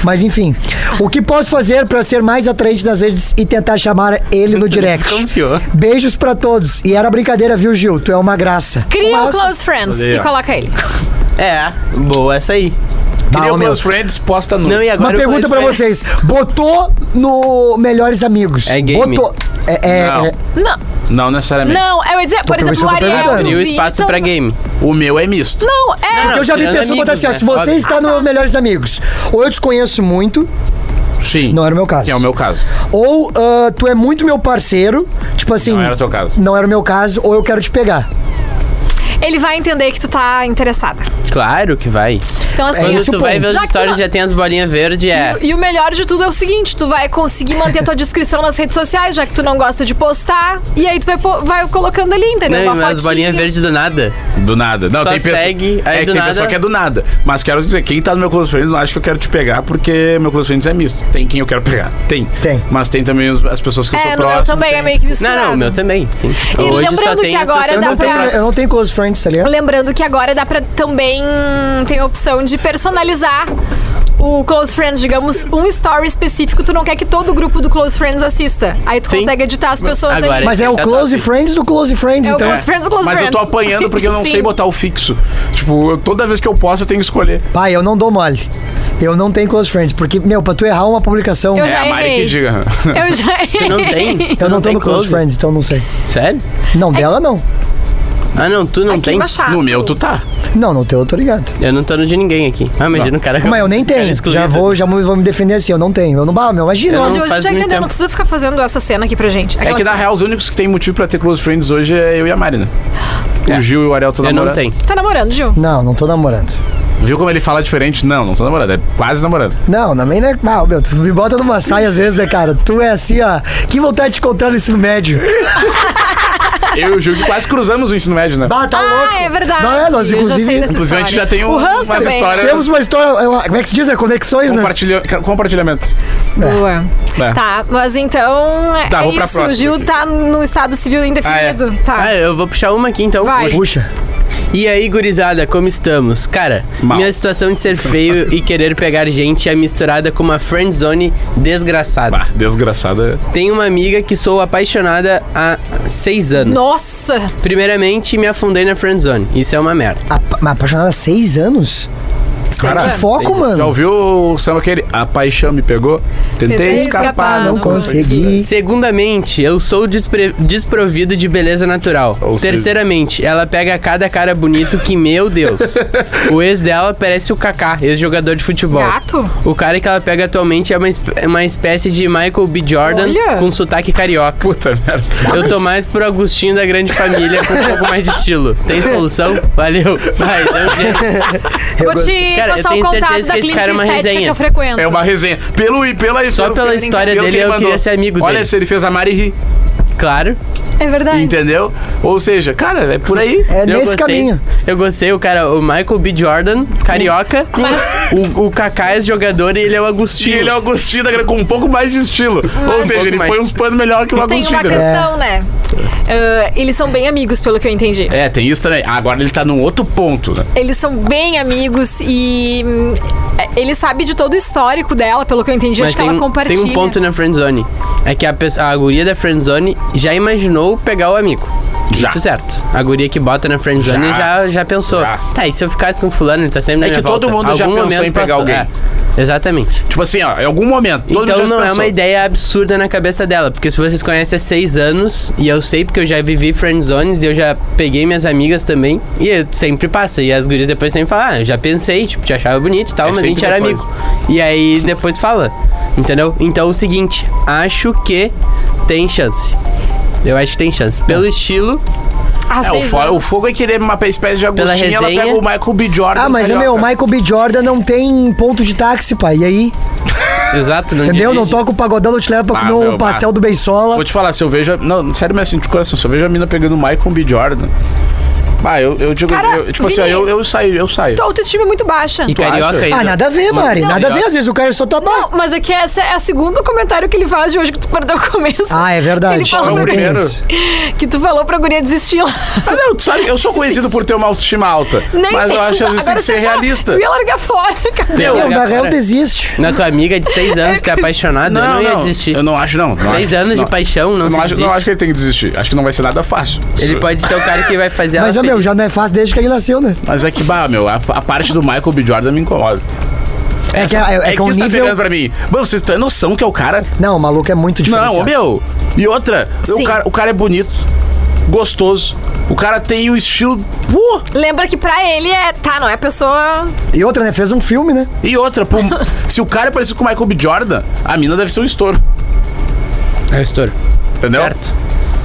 [SPEAKER 5] Mas enfim, o que posso fazer pra ser mais atraente nas redes e tentar chamar ele no
[SPEAKER 3] Você
[SPEAKER 5] direct?
[SPEAKER 3] desconfiou.
[SPEAKER 5] Beijos pra todos. E era brincadeira, viu, Gil? Tu é uma graça.
[SPEAKER 2] Cria o
[SPEAKER 5] Mas-
[SPEAKER 2] Close Friends
[SPEAKER 1] Olha aí,
[SPEAKER 2] e
[SPEAKER 1] ó.
[SPEAKER 2] coloca ele.
[SPEAKER 3] É, boa essa aí.
[SPEAKER 5] Bah,
[SPEAKER 1] Queria
[SPEAKER 5] ô,
[SPEAKER 1] o
[SPEAKER 5] meu.
[SPEAKER 1] meus friends posta no.
[SPEAKER 3] Não, e agora
[SPEAKER 5] Uma
[SPEAKER 3] eu
[SPEAKER 5] pergunta pra
[SPEAKER 3] falei-
[SPEAKER 5] vocês. Botou no Melhores Amigos.
[SPEAKER 3] É game.
[SPEAKER 5] Botou. É, é,
[SPEAKER 1] Não.
[SPEAKER 5] é-
[SPEAKER 2] Não,
[SPEAKER 1] Não necessariamente.
[SPEAKER 2] não, eu ia dizer, por
[SPEAKER 5] per-
[SPEAKER 2] exemplo, o
[SPEAKER 5] isso eu tô
[SPEAKER 2] Ariel.
[SPEAKER 5] perguntando.
[SPEAKER 3] Né? Abriu
[SPEAKER 2] do
[SPEAKER 3] espaço
[SPEAKER 2] Vitor-
[SPEAKER 3] pra game.
[SPEAKER 1] O meu é misto.
[SPEAKER 2] Não, é.
[SPEAKER 3] Não, não.
[SPEAKER 5] Eu já vi
[SPEAKER 3] tirando
[SPEAKER 5] pessoas
[SPEAKER 3] amigos,
[SPEAKER 5] botar assim, ó.
[SPEAKER 3] né?
[SPEAKER 5] Se você
[SPEAKER 3] Óbvio.
[SPEAKER 5] está no Melhores Amigos, ou eu te conheço muito,
[SPEAKER 1] Sim.
[SPEAKER 5] Não era o meu caso.
[SPEAKER 1] É o meu caso.
[SPEAKER 5] ou ah, tu é muito meu parceiro, tipo assim.
[SPEAKER 1] Não era o teu caso.
[SPEAKER 5] Não era o meu caso, ou eu quero te pegar.
[SPEAKER 2] Ele vai entender que tu tá interessada.
[SPEAKER 3] Claro que vai.
[SPEAKER 2] Então, assim,
[SPEAKER 5] É
[SPEAKER 3] Quando
[SPEAKER 5] esse o
[SPEAKER 3] tu vai
[SPEAKER 5] ponto.
[SPEAKER 3] ver os
[SPEAKER 2] Já que tu
[SPEAKER 3] stories,
[SPEAKER 2] não-
[SPEAKER 3] já tem as bolinhas verdes, é.
[SPEAKER 2] E o melhor de tudo é o seguinte: tu vai conseguir manter a tua descrição nas redes sociais, já que tu não gosta de postar. E aí tu vai, po- vai colocando ali, entendeu?
[SPEAKER 3] Não,
[SPEAKER 2] Uma
[SPEAKER 3] mas as
[SPEAKER 2] fotinha.
[SPEAKER 3] Né, bolinhas verdes do nada.
[SPEAKER 1] Do nada. Não,
[SPEAKER 3] Só
[SPEAKER 1] tem pessoa.
[SPEAKER 3] segue, aí
[SPEAKER 1] é que
[SPEAKER 3] do
[SPEAKER 1] tem
[SPEAKER 3] nada-
[SPEAKER 1] pessoa que é do nada. Mas quero dizer, quem tá no meu close friends não acha que eu quero te pegar, porque meu close friends é misto. Tem quem eu quero pegar. Tem.
[SPEAKER 5] Tem.
[SPEAKER 1] Mas tem também os- as pessoas que eu sou
[SPEAKER 2] É, no meu
[SPEAKER 1] próximo.
[SPEAKER 2] também é meio que
[SPEAKER 3] Não,
[SPEAKER 2] misturado.
[SPEAKER 3] não, o meu também, sim. Hoje só
[SPEAKER 2] lembrando
[SPEAKER 3] tem
[SPEAKER 2] que
[SPEAKER 3] as
[SPEAKER 2] agora
[SPEAKER 3] pessoas
[SPEAKER 2] dá
[SPEAKER 5] Eu não,
[SPEAKER 3] mais
[SPEAKER 2] pra-
[SPEAKER 5] tenho,
[SPEAKER 3] próximas.
[SPEAKER 5] eu não tenho close friends, tá ligado?
[SPEAKER 2] Lembrando que agora dá pra também tem a opção de personalizar o Close Friends, digamos, um story específico, tu não quer que todo o grupo do Close Friends assista. Aí tu
[SPEAKER 3] Sim.
[SPEAKER 2] consegue editar as pessoas
[SPEAKER 3] Agora
[SPEAKER 2] ali.
[SPEAKER 5] Mas é o
[SPEAKER 3] Tá
[SPEAKER 5] close
[SPEAKER 3] top.
[SPEAKER 5] friends do close friends,
[SPEAKER 2] É o
[SPEAKER 5] então.
[SPEAKER 2] Close Friends, Close
[SPEAKER 1] Mas eu
[SPEAKER 2] Friends.
[SPEAKER 1] tô apanhando porque eu não
[SPEAKER 2] Sim.
[SPEAKER 1] sei botar o fixo. Tipo, eu- toda vez que eu posso, eu tenho que escolher.
[SPEAKER 5] Pai, eu não dou mole. Eu não tenho close friends, porque, meu, pra tu errar uma publicação.
[SPEAKER 2] Eu
[SPEAKER 5] Eu,
[SPEAKER 1] é a
[SPEAKER 2] já
[SPEAKER 1] Mari
[SPEAKER 2] errei.
[SPEAKER 1] que diga.
[SPEAKER 2] Eu já
[SPEAKER 3] é. Tu não tem? Tu
[SPEAKER 5] não, tô
[SPEAKER 3] tem
[SPEAKER 5] no close, friends, então não sei.
[SPEAKER 3] Sério?
[SPEAKER 2] É
[SPEAKER 5] Não, dela não.
[SPEAKER 3] Ah, não, tu não
[SPEAKER 2] Aqui é
[SPEAKER 3] tem?
[SPEAKER 2] embaixado.
[SPEAKER 1] No meu, tu tá.
[SPEAKER 5] Não, não teu, eu tô ligado.
[SPEAKER 3] Eu não tô no de ninguém aqui. Ah, imagina o cara...
[SPEAKER 5] Mas eu nem
[SPEAKER 3] cara
[SPEAKER 5] tenho.
[SPEAKER 3] excluído.
[SPEAKER 5] Já vou, já vou me defender assim, eu não tenho. Eu não, bah, meu, imagina.
[SPEAKER 3] Eu
[SPEAKER 2] Hoje
[SPEAKER 3] Não
[SPEAKER 2] hoje a
[SPEAKER 3] faz
[SPEAKER 2] gente já
[SPEAKER 3] muito
[SPEAKER 2] entendeu,
[SPEAKER 3] tempo.
[SPEAKER 2] não precisa ficar fazendo essa cena aqui pra gente.
[SPEAKER 1] É
[SPEAKER 2] Aquela-
[SPEAKER 1] que na real, os únicos que tem motivo pra ter close friends hoje é eu e a Mari, né?
[SPEAKER 3] É.
[SPEAKER 1] O Gil e o Ariel estão
[SPEAKER 3] Eu
[SPEAKER 1] namorando.
[SPEAKER 3] não tenho.
[SPEAKER 2] Tá namorando, Gil?
[SPEAKER 5] Não, não tô namorando.
[SPEAKER 1] Viu como ele fala diferente? Não, não tô namorando. É quase namorando.
[SPEAKER 5] Não, também não é. Ah, meu, tu me bota numa saia às vezes, né, cara? Tu é assim, ó. Que vontade de te encontrar no ensino médio.
[SPEAKER 1] Eu e o Gil que quase cruzamos o ensino médio, né?
[SPEAKER 5] Bah, tá louco.
[SPEAKER 2] Ah, é verdade.
[SPEAKER 5] Não é, nós,
[SPEAKER 2] Eu já
[SPEAKER 5] inclusive-
[SPEAKER 2] sei dessa
[SPEAKER 1] Inclusive, a gente
[SPEAKER 2] história.
[SPEAKER 1] já tem um,
[SPEAKER 2] o Hans
[SPEAKER 1] umas
[SPEAKER 2] também.
[SPEAKER 1] histórias.
[SPEAKER 5] Temos uma história. eu- Como é que se diz? É conexões, né?
[SPEAKER 1] Compartilha, compartilhamentos.
[SPEAKER 2] Boa.
[SPEAKER 1] É.
[SPEAKER 2] Tá, mas então é,
[SPEAKER 1] Tá,
[SPEAKER 2] é
[SPEAKER 1] vou pra
[SPEAKER 2] isso.
[SPEAKER 1] próxima
[SPEAKER 2] O Gil
[SPEAKER 1] aqui.
[SPEAKER 2] tá no estado civil indefinido. Tá.
[SPEAKER 3] Ah, eu vou puxar uma aqui, então.
[SPEAKER 2] Vai.
[SPEAKER 5] Puxa.
[SPEAKER 3] E aí, gurizada, como estamos? Cara,
[SPEAKER 1] Mal.
[SPEAKER 3] minha situação de ser feio e querer pegar gente é misturada com uma friendzone desgraçada.
[SPEAKER 1] Bah, desgraçada.
[SPEAKER 3] Tenho uma amiga que sou apaixonada há seis anos.
[SPEAKER 2] Nossa!
[SPEAKER 3] Primeiramente, me afundei na friendzone. Isso é uma merda.
[SPEAKER 5] Apa- Mas apaixonada há seis anos? Cara,
[SPEAKER 2] anos.
[SPEAKER 5] foco,
[SPEAKER 1] Já
[SPEAKER 5] mano.
[SPEAKER 1] ouviu o samba aquele? A paixão me pegou, tentei,
[SPEAKER 2] Tentei
[SPEAKER 1] escapar,
[SPEAKER 2] escapar,
[SPEAKER 1] não
[SPEAKER 2] não
[SPEAKER 5] Consegui.
[SPEAKER 3] Segundamente, eu sou despre- desprovido de beleza natural.
[SPEAKER 1] Ou seja-
[SPEAKER 3] Terceiramente, ela pega cada cara bonito que, meu Deus. o ex dela parece o Kaká, ex-jogador de futebol.
[SPEAKER 2] Gato?
[SPEAKER 3] O cara que ela pega atualmente é uma, esp- é uma espécie de Michael B. Jordan
[SPEAKER 2] Olha.
[SPEAKER 3] com sotaque carioca.
[SPEAKER 1] Puta merda.
[SPEAKER 3] Eu tô mais pro Agostinho da Grande Família com um pouco mais de estilo. Tem solução? Valeu. Vai, dá um jeito.
[SPEAKER 2] Vou te
[SPEAKER 3] Cara, eu
[SPEAKER 2] passar o
[SPEAKER 3] tenho
[SPEAKER 2] contato
[SPEAKER 3] certeza
[SPEAKER 2] da
[SPEAKER 3] que esse
[SPEAKER 2] clínica
[SPEAKER 3] cara é uma
[SPEAKER 2] estética que eu
[SPEAKER 3] resenha.
[SPEAKER 2] frequento.
[SPEAKER 1] É uma resenha. Pelo e pela
[SPEAKER 3] Só
[SPEAKER 1] pelo-
[SPEAKER 3] pela
[SPEAKER 1] pelo-
[SPEAKER 3] história
[SPEAKER 1] pelo
[SPEAKER 3] dele, é
[SPEAKER 1] que ele
[SPEAKER 3] eu
[SPEAKER 1] mandou.
[SPEAKER 3] queria ser amigo dele.
[SPEAKER 1] Olha se ele fez a Mari rir,
[SPEAKER 3] Claro.
[SPEAKER 2] É verdade.
[SPEAKER 1] entendeu? Ou seja, cara, é por aí.
[SPEAKER 5] É
[SPEAKER 3] Eu
[SPEAKER 5] nesse
[SPEAKER 3] gostei.
[SPEAKER 5] caminho.
[SPEAKER 3] Eu gostei, o cara, o Michael B. Jordan, carioca. O, o Kaká é jogador e ele é o
[SPEAKER 1] E
[SPEAKER 3] Agostinho.
[SPEAKER 1] ele é o Agostinho da Gra- com um pouco mais de estilo. Ou seja,
[SPEAKER 3] pouco
[SPEAKER 1] ele
[SPEAKER 3] mais.
[SPEAKER 1] põe uns panos melhor que o
[SPEAKER 2] Tem
[SPEAKER 1] Agostinho.
[SPEAKER 2] uma
[SPEAKER 1] entendeu?
[SPEAKER 2] questão, né? Ah, eles são bem amigos, pelo que eu entendi.
[SPEAKER 1] É, tem isso também. Agora ele tá num outro ponto, né?
[SPEAKER 2] Eles são bem amigos e hum, é, ele sabe de todo o histórico dela, pelo que eu entendi.
[SPEAKER 3] Mas
[SPEAKER 2] acho que
[SPEAKER 3] tem,
[SPEAKER 2] ela
[SPEAKER 3] um-
[SPEAKER 2] compartilha.
[SPEAKER 3] tem um ponto na friendzone. É que a, pessoa, a guria da friendzone já imaginou pegar o amigo.
[SPEAKER 1] Já.
[SPEAKER 3] Isso certo. A guria que bota na friendzone
[SPEAKER 1] Já.
[SPEAKER 3] já, já, pensou.
[SPEAKER 1] Já.
[SPEAKER 3] Tá, e se eu ficasse com fulano, ele tá sempre na
[SPEAKER 1] É
[SPEAKER 3] minha
[SPEAKER 1] que todo
[SPEAKER 3] volta.
[SPEAKER 1] mundo já
[SPEAKER 3] Algum
[SPEAKER 1] pensou
[SPEAKER 3] momento
[SPEAKER 1] em pegar alguém.
[SPEAKER 3] É, exatamente.
[SPEAKER 1] Tipo assim, ó, em algum momento. todo mundo
[SPEAKER 3] então
[SPEAKER 1] já
[SPEAKER 3] não é
[SPEAKER 1] pensou.
[SPEAKER 3] uma ideia absurda na cabeça dela, porque se vocês conhecem há seis anos, e eu sei porque eu já vivi friendzones e eu já peguei minhas amigas também, e eu sempre passa. E as gurias depois sempre falam, ah, eu já pensei, tipo, te achava bonito e tal,
[SPEAKER 1] É
[SPEAKER 3] mas a gente
[SPEAKER 1] sempre
[SPEAKER 3] era
[SPEAKER 1] depois.
[SPEAKER 3] amigo. E aí depois fala, entendeu? Então é o seguinte, acho que tem chance. Eu acho que tem chance. Pelo estilo,
[SPEAKER 2] Há
[SPEAKER 1] É, o,
[SPEAKER 2] seis
[SPEAKER 1] fo- o
[SPEAKER 2] anos.
[SPEAKER 1] fogo é que ele é uma espécie de
[SPEAKER 3] Pela
[SPEAKER 1] Agostinho ela
[SPEAKER 3] resenha.
[SPEAKER 1] pega o Michael B. Jordan. tá
[SPEAKER 5] Ah, mas,
[SPEAKER 1] carioca.
[SPEAKER 5] meu, o Michael B. Jordan não tem ponto de táxi, pai. E aí?
[SPEAKER 3] exato, não
[SPEAKER 5] Entendeu? Não
[SPEAKER 3] dirige.
[SPEAKER 5] toca o pagodão, não te leva pra
[SPEAKER 1] Ah,
[SPEAKER 5] comer um
[SPEAKER 1] meu,
[SPEAKER 5] pastel
[SPEAKER 1] ah.
[SPEAKER 5] do Beisola.
[SPEAKER 1] Vou te falar, se eu vejo. a- Não, sério, mas assim, de coração, se eu vejo a mina pegando o Michael B. Jordan. Ah, eu, eu digo.
[SPEAKER 2] Cara,
[SPEAKER 1] eu- tipo assim, ó,
[SPEAKER 2] Vini,
[SPEAKER 1] eu, eu saio, eu saio.
[SPEAKER 2] Tua autoestima é muito baixa.
[SPEAKER 3] E
[SPEAKER 1] Tu
[SPEAKER 3] carioca
[SPEAKER 1] acha?
[SPEAKER 3] ainda.
[SPEAKER 5] Ah, nada a ver, Mari.
[SPEAKER 3] é
[SPEAKER 5] Nada a ver. Às vezes o cara só tá
[SPEAKER 2] Não,
[SPEAKER 5] bom.
[SPEAKER 2] mas é que essa é a segundo comentário que ele faz de hoje que tu perdeu o começo.
[SPEAKER 5] Ah, é
[SPEAKER 2] Ele
[SPEAKER 5] verdade.
[SPEAKER 2] falou
[SPEAKER 5] Também
[SPEAKER 1] pra
[SPEAKER 5] tem
[SPEAKER 1] mim.
[SPEAKER 5] isso.
[SPEAKER 2] Que tu falou pra guria desistir lá.
[SPEAKER 1] Ah, não, tu sabe, eu sou conhecido por ter uma autoestima alta.
[SPEAKER 2] Nem-
[SPEAKER 1] mas eu acho que às vezes tem
[SPEAKER 2] Agora
[SPEAKER 1] que ser
[SPEAKER 2] você é fala,
[SPEAKER 1] realista.
[SPEAKER 2] Eu ia largar fora, cara.
[SPEAKER 3] Meu,
[SPEAKER 5] Não,
[SPEAKER 3] olha
[SPEAKER 5] na real
[SPEAKER 3] fora.
[SPEAKER 5] desiste.
[SPEAKER 3] Na tua amiga de seis anos que é apaixonada, eu não, ia desistir.
[SPEAKER 1] Eu Ah, não acho, não. não
[SPEAKER 3] Seis
[SPEAKER 1] acho,
[SPEAKER 3] anos
[SPEAKER 1] não.
[SPEAKER 3] de paixão, não
[SPEAKER 1] Eu
[SPEAKER 3] se
[SPEAKER 1] não acho, não
[SPEAKER 3] desiste.
[SPEAKER 1] acho que ele tem que desistir. Acho que não vai ser nada fácil.
[SPEAKER 3] Ele pode ser o cara que vai fazer
[SPEAKER 5] Mas, ô,
[SPEAKER 3] ela
[SPEAKER 5] meu,
[SPEAKER 3] feliz.
[SPEAKER 5] já não é fácil desde que ele nasceu, né?
[SPEAKER 1] Mas é que, bah, meu, a, a parte do Michael B. Jordan me incomoda.
[SPEAKER 5] É que é, é, que é um
[SPEAKER 1] isso tá pegando
[SPEAKER 5] nível.
[SPEAKER 1] pra mim. Mano, vocês têm noção que é o cara.
[SPEAKER 5] Não, o maluco é muito
[SPEAKER 1] Não,
[SPEAKER 5] diferenciado.
[SPEAKER 1] ô, meu. E outra, o
[SPEAKER 2] Sim.
[SPEAKER 1] cara, o cara é bonito, gostoso. O cara tem o estilo. uh, Pô!
[SPEAKER 2] Lembra que pra ele é. Tá, não é pessoa.
[SPEAKER 5] E outra, né? Fez um filme, né?
[SPEAKER 1] E outra, pô, se o cara é parecido com o Michael B. Jordan, a mina deve ser um estouro.
[SPEAKER 3] É o estouro.
[SPEAKER 1] Entendeu?
[SPEAKER 3] Certo.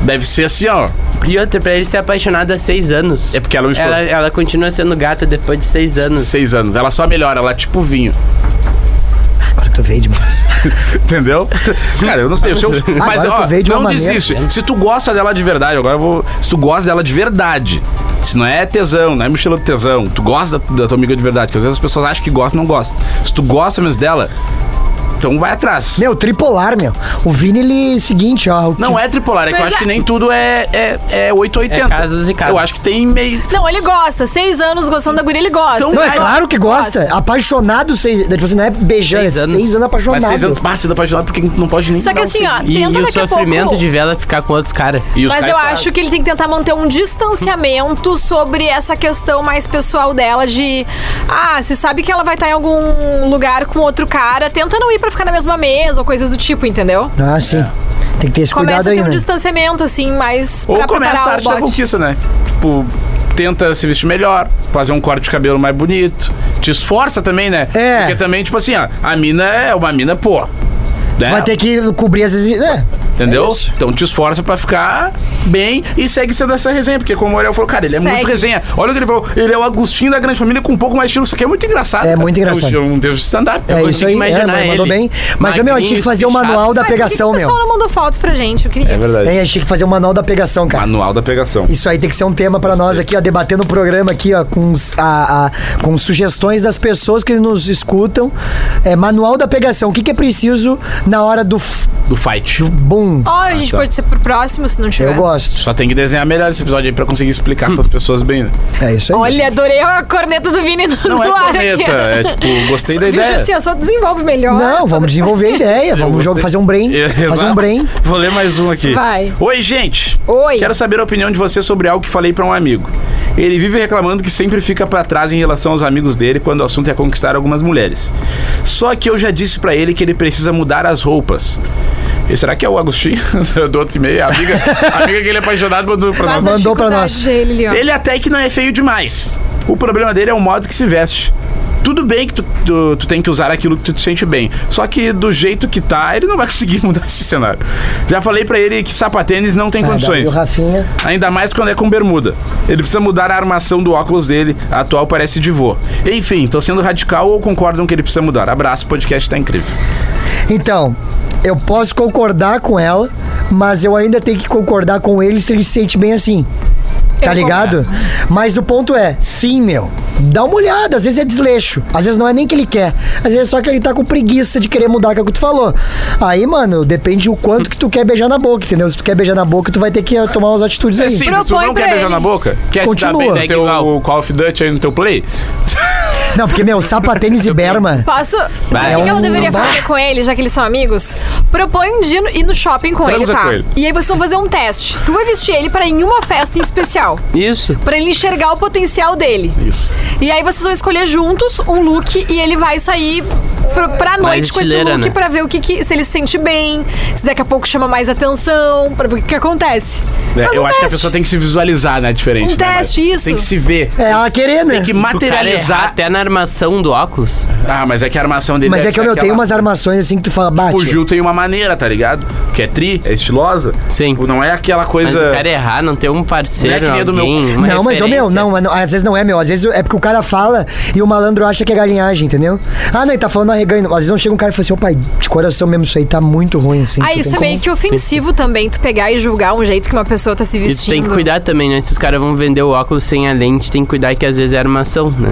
[SPEAKER 1] Deve ser assim, ó.
[SPEAKER 3] E outra, pra ele ser apaixonado há seis anos.
[SPEAKER 1] É porque ela é um estouro.
[SPEAKER 3] Ela, ela continua sendo gata depois de seis anos.
[SPEAKER 1] Seis anos. Ela só melhora, ela é tipo vinho.
[SPEAKER 5] Agora tu veio demais.
[SPEAKER 1] Entendeu? Cara, eu não sei. Se eu, mas,
[SPEAKER 5] Agora
[SPEAKER 1] ó,
[SPEAKER 5] tu veio de uma
[SPEAKER 1] não
[SPEAKER 5] maneira.
[SPEAKER 1] desiste. Se tu gosta dela de verdade, agora eu vou. Se tu gosta dela de verdade. Se não é tesão, não é mochila do tesão. Tu gosta da, da tua amiga de verdade. Porque às vezes as pessoas acham que gostam e não gostam. Se tu gosta mesmo dela, então vai atrás.
[SPEAKER 5] Meu, tripolar, meu. O Vini, ele. Seguinte, ó. o
[SPEAKER 1] Não é tripolar, é que eu
[SPEAKER 2] Mas
[SPEAKER 1] acho
[SPEAKER 2] é-
[SPEAKER 1] que nem tudo é, é, é 880.
[SPEAKER 3] É casos e casos.
[SPEAKER 1] Eu acho que tem meio.
[SPEAKER 2] Não, ele gosta. Seis anos gostando da guria, ele gosta.
[SPEAKER 1] Então,
[SPEAKER 5] Não, é
[SPEAKER 1] Ai,
[SPEAKER 5] claro que gosta. Apaixonado, seis. Tipo assim, não é beijando,
[SPEAKER 3] Seis
[SPEAKER 5] é
[SPEAKER 3] anos.
[SPEAKER 5] seis anos
[SPEAKER 1] Mas
[SPEAKER 5] apaixonado.
[SPEAKER 1] seis anos passa apaixonado porque não pode nem.
[SPEAKER 2] Só que
[SPEAKER 1] dar um
[SPEAKER 2] assim, ó,
[SPEAKER 1] segundo.
[SPEAKER 3] E,
[SPEAKER 2] tenta
[SPEAKER 3] e o
[SPEAKER 2] daqui a
[SPEAKER 3] sofrimento
[SPEAKER 2] pouco.
[SPEAKER 3] de ver ela ficar com outros caras.
[SPEAKER 1] E os
[SPEAKER 2] Mas
[SPEAKER 1] caras
[SPEAKER 2] eu
[SPEAKER 1] tá-
[SPEAKER 2] acho que ele tem que tentar manter um distanciamento sobre essa questão mais pessoal dela de ah, se sabe que ela vai estar em algum lugar com outro cara, tenta não ir pra ficar na mesma mesa ou coisas do tipo, entendeu?
[SPEAKER 5] Ah, sim.
[SPEAKER 3] É.
[SPEAKER 5] Tem que ter esse cuidado
[SPEAKER 2] Começa a
[SPEAKER 5] aí,
[SPEAKER 2] ter um
[SPEAKER 5] né?
[SPEAKER 2] distanciamento assim, mais
[SPEAKER 1] Ou
[SPEAKER 2] pra
[SPEAKER 1] começa a
[SPEAKER 2] preparar o
[SPEAKER 1] arte da
[SPEAKER 2] bote.
[SPEAKER 1] conquista, né? Tipo, tenta se vestir melhor, fazer um corte de cabelo mais bonito, te esforça também, né?
[SPEAKER 5] É.
[SPEAKER 1] Porque também, tipo assim, ó, a mina é uma mina, pô.
[SPEAKER 3] É.
[SPEAKER 1] Né?
[SPEAKER 5] Vai ter que cobrir as exigências. É.
[SPEAKER 1] Entendeu? então te esforça pra ficar bem e segue sendo essa resenha. Porque como o Ariel falou, cara, ele é
[SPEAKER 2] Segue.
[SPEAKER 1] muito resenha. Olha o que ele falou. Ele é o Agostinho da grande família com um pouco mais de estilo. Isso aqui é muito engraçado.
[SPEAKER 5] É
[SPEAKER 1] cara.
[SPEAKER 5] muito
[SPEAKER 1] um
[SPEAKER 5] engraçado.
[SPEAKER 1] estilo- um texto de stand-up.
[SPEAKER 5] É
[SPEAKER 3] consigo
[SPEAKER 5] isso aí, é,
[SPEAKER 3] imaginar
[SPEAKER 5] mas mandou
[SPEAKER 3] ele.
[SPEAKER 5] bem. Mas, ô, meu, tinha que
[SPEAKER 3] Magrinho,
[SPEAKER 5] fazer o manual da
[SPEAKER 2] Mas por que
[SPEAKER 5] pegação,
[SPEAKER 2] que o
[SPEAKER 5] meu.
[SPEAKER 2] pessoal não mandou foto pra gente, eu queria.
[SPEAKER 1] É verdade.
[SPEAKER 5] Tem, a gente tinha que fazer o manual da pegação, cara.
[SPEAKER 1] Manual da pegação.
[SPEAKER 5] Isso aí tem que ser um tema pra nós aqui, ó, debatendo o programa aqui, ó, com, os- a- a- com sugestões das pessoas que nos escutam. É, manual da pegação, o que, que é preciso na hora do, f-
[SPEAKER 1] Do fight.
[SPEAKER 5] do bum, um.
[SPEAKER 2] Ó, a gente
[SPEAKER 1] tá.
[SPEAKER 2] pode ser pro próximo se não tiver.
[SPEAKER 5] Eu gosto.
[SPEAKER 1] Só tem que desenhar melhor esse episódio aí pra conseguir explicar pras pessoas bem. né?
[SPEAKER 5] É isso aí.
[SPEAKER 2] Olha, adorei a corneta do Vini no,
[SPEAKER 1] Não é
[SPEAKER 2] no ar.
[SPEAKER 1] planeta, é tipo, gostei da
[SPEAKER 2] Viu,
[SPEAKER 1] ideia.
[SPEAKER 2] Assim, eu só desenvolve melhor.
[SPEAKER 5] Não, vamos desenvolver a ideia. Vamos jogo,
[SPEAKER 1] gostei.
[SPEAKER 5] fazer um brain. fazer
[SPEAKER 1] Exato.
[SPEAKER 5] um brain.
[SPEAKER 1] Vou ler mais um aqui.
[SPEAKER 2] Vai.
[SPEAKER 1] Oi, gente.
[SPEAKER 2] Oi.
[SPEAKER 1] Quero saber a opinião de você sobre algo que falei pra um amigo. Ele vive reclamando que sempre fica pra trás em relação aos amigos dele quando o assunto é conquistar algumas mulheres. Só que eu já disse pra ele que ele precisa mudar as roupas. E será que é o Agostinho do outro e-mail? A amiga, a amiga que ele é apaixonado mandou pra nós.
[SPEAKER 2] Mas a
[SPEAKER 5] Mandou pra
[SPEAKER 2] dificuldade
[SPEAKER 5] nós.
[SPEAKER 2] Dele, ali, ó.
[SPEAKER 1] Ele até que não é feio demais. O problema dele é o modo que se veste. Tudo bem que tu, tu, tu tem que usar aquilo que tu te sente bem. Só que do jeito que tá, ele não vai conseguir mudar esse cenário. Já falei pra ele que sapatênis não tem
[SPEAKER 5] Ah, daí
[SPEAKER 1] condições.
[SPEAKER 5] o Rafinha.
[SPEAKER 1] Ainda mais quando é com bermuda. Ele precisa mudar a armação do óculos dele. A atual parece de vô. Enfim, tô sendo radical ou concordam que ele precisa mudar? Abraço, o podcast tá incrível.
[SPEAKER 5] Então, eu posso concordar com ela, mas eu ainda tenho que concordar com ele se ele se sente bem assim. Tá
[SPEAKER 2] Eu
[SPEAKER 5] ligado? Mas o ponto é, sim, meu. Dá uma olhada, às vezes é desleixo. Às vezes não é nem que ele quer. Às vezes é só que ele tá com preguiça de querer mudar, que é o que tu falou. Aí, mano, depende o quanto que tu quer beijar na boca, entendeu? Se tu quer beijar na boca, tu vai ter que eh, tomar umas atitudes
[SPEAKER 1] É
[SPEAKER 5] aí.
[SPEAKER 1] simples, tu
[SPEAKER 2] Propõe
[SPEAKER 1] não
[SPEAKER 2] pra
[SPEAKER 1] quer beijar
[SPEAKER 2] ele.
[SPEAKER 1] na boca? Quer se dar bem
[SPEAKER 5] Continua.
[SPEAKER 1] no teu Call of Duty aí no teu play?
[SPEAKER 5] Não, porque, meu, sapatênis e berma.
[SPEAKER 2] Posso?
[SPEAKER 1] Vai.
[SPEAKER 2] Sabe o que ela
[SPEAKER 5] É um-
[SPEAKER 2] deveria
[SPEAKER 5] Bah.
[SPEAKER 2] fazer com ele, já que eles são amigos? Propõe um dia no- ir no shopping com ele,
[SPEAKER 1] Transa
[SPEAKER 2] tá?
[SPEAKER 1] com ele.
[SPEAKER 2] E aí vocês vão fazer um teste. Tu vai vestir ele pra ir em uma festa em especial.
[SPEAKER 3] Isso.
[SPEAKER 2] Pra ele enxergar o potencial dele.
[SPEAKER 1] Isso.
[SPEAKER 2] E aí vocês vão escolher juntos um look e ele vai sair pro, pra noite com esse
[SPEAKER 3] estileira,
[SPEAKER 2] look
[SPEAKER 3] né?
[SPEAKER 2] pra ver o que, que- se ele se sente bem, se daqui a pouco chama mais atenção, pra ver o que, que acontece.
[SPEAKER 1] É,
[SPEAKER 2] Faz
[SPEAKER 1] eu
[SPEAKER 2] um
[SPEAKER 1] acho que a
[SPEAKER 2] teste.
[SPEAKER 1] pessoa tem que se visualizar, né? Diferente.
[SPEAKER 2] Um
[SPEAKER 1] né, Mari?
[SPEAKER 2] teste, isso.
[SPEAKER 1] Tem que se ver.
[SPEAKER 5] É ela querer, né?
[SPEAKER 1] Tem que
[SPEAKER 3] O cara errar
[SPEAKER 1] materializar.
[SPEAKER 3] até na armação do óculos.
[SPEAKER 1] Ah, mas é que a armação dele
[SPEAKER 5] Mas é
[SPEAKER 1] deve
[SPEAKER 5] que eu
[SPEAKER 1] ser
[SPEAKER 5] meu, tenho
[SPEAKER 1] aquela-
[SPEAKER 5] umas armações assim que tu fala, bate.
[SPEAKER 1] O Gil tem uma maneira, tá ligado? Que é tri, é estilosa.
[SPEAKER 3] Sim.
[SPEAKER 1] Não é aquela
[SPEAKER 3] Mas
[SPEAKER 1] coisa.
[SPEAKER 3] o cara errar, não ter um parceiro,
[SPEAKER 1] Não é que nem do meu-
[SPEAKER 3] alguém, uma
[SPEAKER 5] não, mas, ô, meu,
[SPEAKER 3] referência.
[SPEAKER 5] não, mas não, às vezes não é, meu. Às vezes é porque o cara fala e o malandro acha que é galinhagem, entendeu? Ah, não, ele tá falando arreganho. Às vezes não chega um cara e fala assim, ô pai, de coração mesmo, isso aí tá muito ruim, assim.
[SPEAKER 2] Ah,
[SPEAKER 5] tu
[SPEAKER 2] isso
[SPEAKER 5] tem
[SPEAKER 2] é meio
[SPEAKER 5] como-
[SPEAKER 2] que ofensivo também, tu pegar e julgar um jeito que uma pessoa tá se
[SPEAKER 3] E
[SPEAKER 2] vestindo.
[SPEAKER 3] tu tem que cuidar também, né? Se os caras vão vender o óculos sem a lente, tem que cuidar que às vezes é armação, né?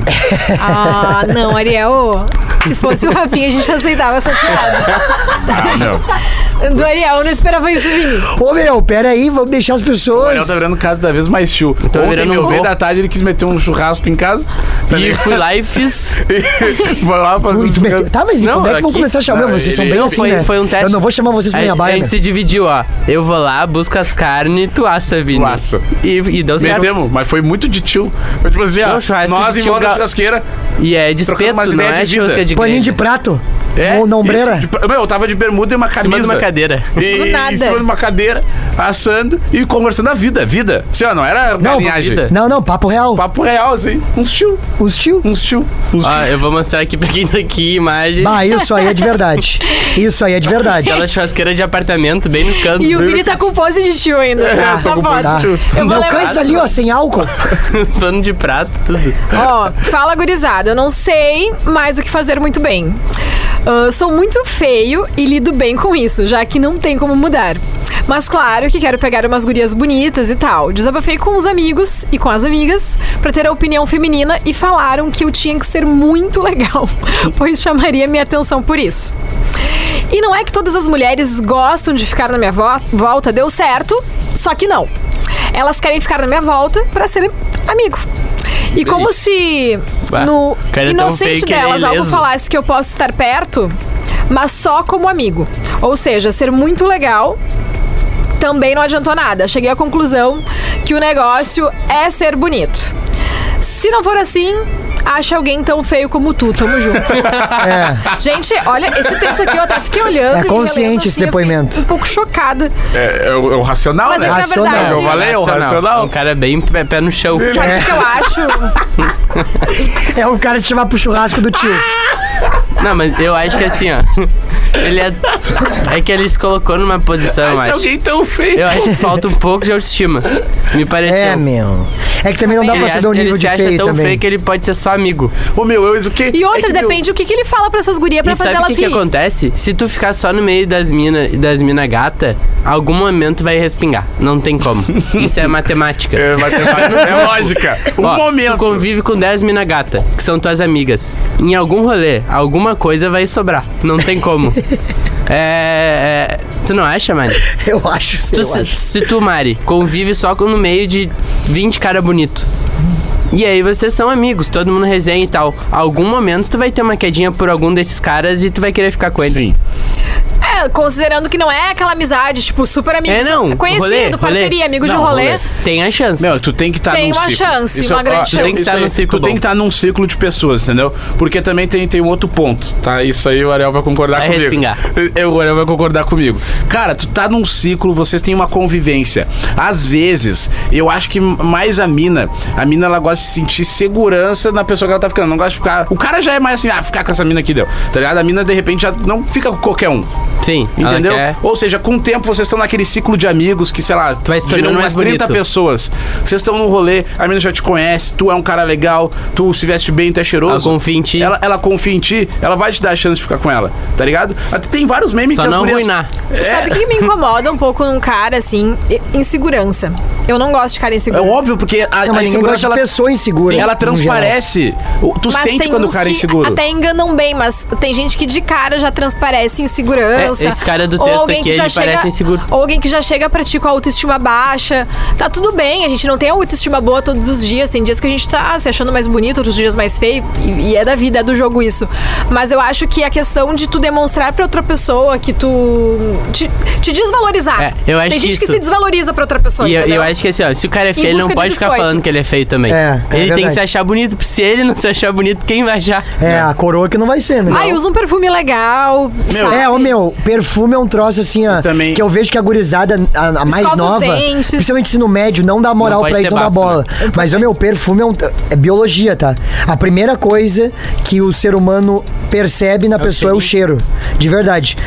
[SPEAKER 2] Ah, não, Ariel. Se fosse o Rafinha, a gente aceitava essa piada.
[SPEAKER 3] é
[SPEAKER 1] Ah, não.
[SPEAKER 2] Do Ariel, eu não esperava isso, Vini.
[SPEAKER 5] Ô, meu, pera aí, vamos deixar as
[SPEAKER 1] O
[SPEAKER 5] pessoas...
[SPEAKER 1] Ariel tá virando cada vez mais chill.
[SPEAKER 3] tô
[SPEAKER 1] Ontem,
[SPEAKER 3] virando
[SPEAKER 1] meu
[SPEAKER 3] um
[SPEAKER 1] veio
[SPEAKER 3] vô.
[SPEAKER 1] da tarde, ele quis meter um churrasco em casa. Tá
[SPEAKER 3] E
[SPEAKER 1] ligado?
[SPEAKER 3] fui lá e fiz.
[SPEAKER 1] Foi lá fazer
[SPEAKER 5] Ui,
[SPEAKER 1] um
[SPEAKER 5] tu meteu-
[SPEAKER 1] churrasco.
[SPEAKER 5] Tá, mas e
[SPEAKER 3] Não,
[SPEAKER 5] quando é que
[SPEAKER 3] aqui-
[SPEAKER 5] vão começar a chamar?
[SPEAKER 1] não,
[SPEAKER 5] vocês são
[SPEAKER 1] ele-
[SPEAKER 5] bem
[SPEAKER 3] não,
[SPEAKER 5] assim,
[SPEAKER 3] foi-
[SPEAKER 5] né?
[SPEAKER 3] foi um teste.
[SPEAKER 5] Eu não vou chamar vocês pra
[SPEAKER 3] Aí,
[SPEAKER 5] minha
[SPEAKER 3] a
[SPEAKER 5] baia.
[SPEAKER 3] gente se dividiu, ó. Eu vou lá, busco as carnes, tu assa, Vini.
[SPEAKER 1] Tu assa.
[SPEAKER 3] E, e
[SPEAKER 5] tá
[SPEAKER 3] deu certo.
[SPEAKER 1] Metemos, mas foi muito de chill. Foi tipo assim, ó,
[SPEAKER 3] Não, churrasco
[SPEAKER 1] nós
[SPEAKER 3] de
[SPEAKER 1] em
[SPEAKER 3] tio
[SPEAKER 1] volta da
[SPEAKER 3] ga-
[SPEAKER 1] churrasqueira.
[SPEAKER 3] E é de
[SPEAKER 1] Trocando
[SPEAKER 3] espeto,
[SPEAKER 1] umas
[SPEAKER 3] não
[SPEAKER 1] ideias
[SPEAKER 3] é
[SPEAKER 1] de
[SPEAKER 3] churrasca
[SPEAKER 1] vida.
[SPEAKER 3] de
[SPEAKER 5] Paninho de
[SPEAKER 3] igreja.
[SPEAKER 5] prato.
[SPEAKER 1] É,
[SPEAKER 5] Ou na ombreira.
[SPEAKER 1] isso, de- meu, eu tava de bermuda e uma
[SPEAKER 3] Em cima
[SPEAKER 1] camisa.
[SPEAKER 3] de uma cadeira.
[SPEAKER 1] E,
[SPEAKER 2] Do nada.
[SPEAKER 1] em cima de uma cadeira, assando e conversando a vida, vida. Assim, ó, não era galinhagem.
[SPEAKER 3] vida.
[SPEAKER 5] Não, não, papo real.
[SPEAKER 1] Papo real, assim. Um chill,
[SPEAKER 5] Os tio.
[SPEAKER 1] um chill, um chill.
[SPEAKER 3] Ó, eu vou mostrar aqui pra quem tá aqui imagem.
[SPEAKER 5] Bah, isso aí é de verdade. Isso aí é de verdade.
[SPEAKER 3] Aquela churrasqueira de apartamento, bem no canto.
[SPEAKER 2] E o Vini tá com pose de tio ainda. Tá.
[SPEAKER 1] É, tô com
[SPEAKER 2] foto.
[SPEAKER 1] pose de tio.
[SPEAKER 2] Eu vou
[SPEAKER 5] Tá. Não
[SPEAKER 2] levar-
[SPEAKER 5] cansa ali, ó, sem álcool.
[SPEAKER 3] Pano de prato, tudo.
[SPEAKER 2] Ó, fala gurizada, eu não sei mais o que fazer muito bem. Ah, sou muito feio e lido bem com isso, já que não tem como mudar. Mas claro que quero pegar umas gurias bonitas e tal. Desabafei com os amigos e com as amigas pra ter a opinião feminina e falaram que eu tinha que ser muito legal, pois chamaria minha atenção por isso. E não é que todas as mulheres gostam de ficar na minha vo- volta, deu certo, só que não. Elas querem ficar na minha volta pra ser amigo. E como se
[SPEAKER 3] Bah,
[SPEAKER 2] no
[SPEAKER 3] o cara é tão feio
[SPEAKER 2] inocente
[SPEAKER 3] que ele é
[SPEAKER 2] delas algo
[SPEAKER 3] ileso.
[SPEAKER 2] falasse que eu posso estar perto, mas só como amigo. Ou seja, ser muito legal também não adiantou nada. Cheguei à conclusão que o negócio é ser bonito. Se não for assim, acha alguém tão feio como tu. Tamo junto.
[SPEAKER 5] É.
[SPEAKER 2] Gente, olha, esse texto aqui eu até fiquei olhando.
[SPEAKER 5] É
[SPEAKER 2] e
[SPEAKER 5] consciente
[SPEAKER 2] relendo,
[SPEAKER 5] esse
[SPEAKER 2] eu fiquei
[SPEAKER 5] depoimento.
[SPEAKER 2] Um pouco chocada.
[SPEAKER 1] É, é o, é o racional,
[SPEAKER 2] Mas é
[SPEAKER 1] né?
[SPEAKER 2] que na
[SPEAKER 5] Racional.
[SPEAKER 2] verdade.
[SPEAKER 1] Eu falei, é o racional.
[SPEAKER 3] É Um cara bem pé, pé no chão.
[SPEAKER 2] Sabe o que eu acho?
[SPEAKER 5] É o cara te chamar pro churrasco do tio.
[SPEAKER 3] Não, mas eu acho que assim, ó. Ele é. É que ele se colocou numa posição, eu
[SPEAKER 1] Acha
[SPEAKER 3] acho.
[SPEAKER 1] alguém tão feio.
[SPEAKER 3] Eu acho que falta um pouco de autoestima. Me pareceu.
[SPEAKER 5] É, meu. É que também não dá
[SPEAKER 3] Ele,
[SPEAKER 5] pra saber o
[SPEAKER 3] acha- ele
[SPEAKER 5] nível
[SPEAKER 3] se
[SPEAKER 5] de
[SPEAKER 3] acha
[SPEAKER 5] feio
[SPEAKER 3] tão
[SPEAKER 5] também.
[SPEAKER 3] feio que ele pode ser só amigo.
[SPEAKER 1] Ô meu, eu isso o quê?
[SPEAKER 2] E
[SPEAKER 1] É
[SPEAKER 2] outra,
[SPEAKER 1] que, meu,
[SPEAKER 2] depende o que, que ele fala pra essas gurias pra
[SPEAKER 3] e
[SPEAKER 2] fazer
[SPEAKER 3] sabe o
[SPEAKER 2] elas
[SPEAKER 3] que, que
[SPEAKER 2] rirem.
[SPEAKER 3] acontece? Se tu ficar só no meio das minas das mina gata, algum momento vai respingar. Não tem como. Isso é matemática.
[SPEAKER 1] É, matemática, é lógica. Um
[SPEAKER 3] Ó,
[SPEAKER 1] momento.
[SPEAKER 3] Tu convive com 10 mina gata, que são tuas amigas. Em algum rolê, alguma coisa vai sobrar. Não tem como. é, é, Tu não acha, Mari?
[SPEAKER 5] Eu acho, sim,
[SPEAKER 3] Tu,
[SPEAKER 5] eu
[SPEAKER 3] se,
[SPEAKER 5] acho.
[SPEAKER 3] se tu, Mari, convive só com- no meio de 20 cara bonito. E aí vocês são amigos, todo mundo resenha e tal. Algum momento tu vai ter uma quedinha por algum desses caras e tu vai querer ficar com eles.
[SPEAKER 1] Sim.
[SPEAKER 2] É, considerando que não é aquela amizade, tipo, super amigo.
[SPEAKER 3] É, não.
[SPEAKER 2] Conhecido,
[SPEAKER 3] rolê, rolê.
[SPEAKER 2] parceria, amigo de
[SPEAKER 3] Não,
[SPEAKER 2] rolê.
[SPEAKER 3] Tem a chance.
[SPEAKER 1] Meu, tu tem que estar
[SPEAKER 2] Tem
[SPEAKER 1] num
[SPEAKER 2] uma
[SPEAKER 1] ciclo.
[SPEAKER 2] chance, uma
[SPEAKER 1] é-
[SPEAKER 2] grande
[SPEAKER 1] tu tem
[SPEAKER 3] chance.
[SPEAKER 1] que estar
[SPEAKER 3] Isso aí,
[SPEAKER 1] num ciclo. Tu tem que estar num círculo de pessoas, entendeu? Porque também tem, tem um outro ponto, tá? Isso aí o Ariel vai concordar
[SPEAKER 3] Vai
[SPEAKER 1] comigo.
[SPEAKER 3] respingar.
[SPEAKER 1] Eu, o Ariel vai concordar comigo. Cara, tu tá num ciclo, vocês têm uma convivência. Às vezes, eu acho que mais a mina, a mina ela gosta de sentir segurança na pessoa que ela tá ficando. Não gosta de ficar. O cara já é mais assim, ah, ficar com essa mina aqui deu. Tá ligado? A mina, de repente, já não fica com qualquer um.
[SPEAKER 3] Sim, ela
[SPEAKER 1] Entendeu?
[SPEAKER 3] quer-
[SPEAKER 1] Ou seja, com o tempo vocês estão naquele ciclo de amigos que, sei lá,
[SPEAKER 3] vai se tornando
[SPEAKER 1] viram umas
[SPEAKER 3] mais
[SPEAKER 1] 30
[SPEAKER 3] bonito.
[SPEAKER 1] pessoas. Vocês estão no rolê, a menina já te conhece, tu é um cara legal, tu se veste bem, tu é cheiroso.
[SPEAKER 3] Ela confia em ti.
[SPEAKER 1] Ela, ela confia em ti, ela vai te dar a chance de ficar com ela, tá ligado? Até tem vários memes
[SPEAKER 3] Só
[SPEAKER 1] que as
[SPEAKER 3] não
[SPEAKER 1] gurias...
[SPEAKER 3] arruinar.
[SPEAKER 2] Sabe o
[SPEAKER 3] É.
[SPEAKER 2] que me incomoda um pouco num cara, assim? I- Insegurança. Eu não gosto de cara
[SPEAKER 1] É
[SPEAKER 2] inseguro.
[SPEAKER 1] óbvio, porque a,
[SPEAKER 5] Não,
[SPEAKER 1] a
[SPEAKER 5] mas ninguém gosta
[SPEAKER 1] insegurança,
[SPEAKER 5] de
[SPEAKER 1] ela,
[SPEAKER 5] pessoa insegura.
[SPEAKER 1] ela
[SPEAKER 5] no geral.
[SPEAKER 1] transparece. O- Tu sente quando o
[SPEAKER 2] uns
[SPEAKER 1] cara é
[SPEAKER 2] que
[SPEAKER 1] inseguro.
[SPEAKER 2] até enganam bem, mas tem gente que de cara já transparece insegurança.
[SPEAKER 3] É, esse cara do
[SPEAKER 2] Ou
[SPEAKER 3] texto
[SPEAKER 2] alguém
[SPEAKER 3] aqui,
[SPEAKER 2] que já
[SPEAKER 3] ele parece inseguro.
[SPEAKER 2] Ou alguém que já chega pra ti com a autoestima baixa. Tá tudo bem, a gente não tem a autoestima boa todos os dias. Tem dias que a gente tá se achando mais bonito, outros dias mais feio. E, e é da vida, é do jogo isso. Mas eu acho que a questão de tu demonstrar pra outra pessoa que tu... Te, te desvalorizar.
[SPEAKER 3] É, eu acho
[SPEAKER 2] tem gente que
[SPEAKER 3] isso.
[SPEAKER 2] se desvaloriza pra outra pessoa,
[SPEAKER 3] E eu,
[SPEAKER 2] entendeu?
[SPEAKER 3] eu acho que assim, ó, se o cara é feio, ele não
[SPEAKER 2] busca de
[SPEAKER 3] pode ficar
[SPEAKER 2] biscoito.
[SPEAKER 3] falando que ele é feio também.
[SPEAKER 5] É, é
[SPEAKER 3] ele tem que
[SPEAKER 5] verdade.
[SPEAKER 3] se achar bonito. Se ele não se achar bonito, quem vai achar?
[SPEAKER 5] É, a coroa que não vai ser, né?
[SPEAKER 2] Ai, usa um perfume legal, sabe?
[SPEAKER 5] É, ô meu, perfume é um troço assim, ó.
[SPEAKER 1] também.
[SPEAKER 5] Que eu vejo que a gurizada, a, a mais
[SPEAKER 2] Escova os
[SPEAKER 5] nova,
[SPEAKER 2] dentes.
[SPEAKER 5] principalmente ensino médio, não dá moral
[SPEAKER 3] Não pode
[SPEAKER 5] pra
[SPEAKER 3] ter
[SPEAKER 5] isso, não dá
[SPEAKER 3] bafo,
[SPEAKER 5] bola. Mas, ô meu, perfume é, um, é biologia, tá? A primeira coisa que o ser humano percebe na pessoa é o cheiro. De verdade.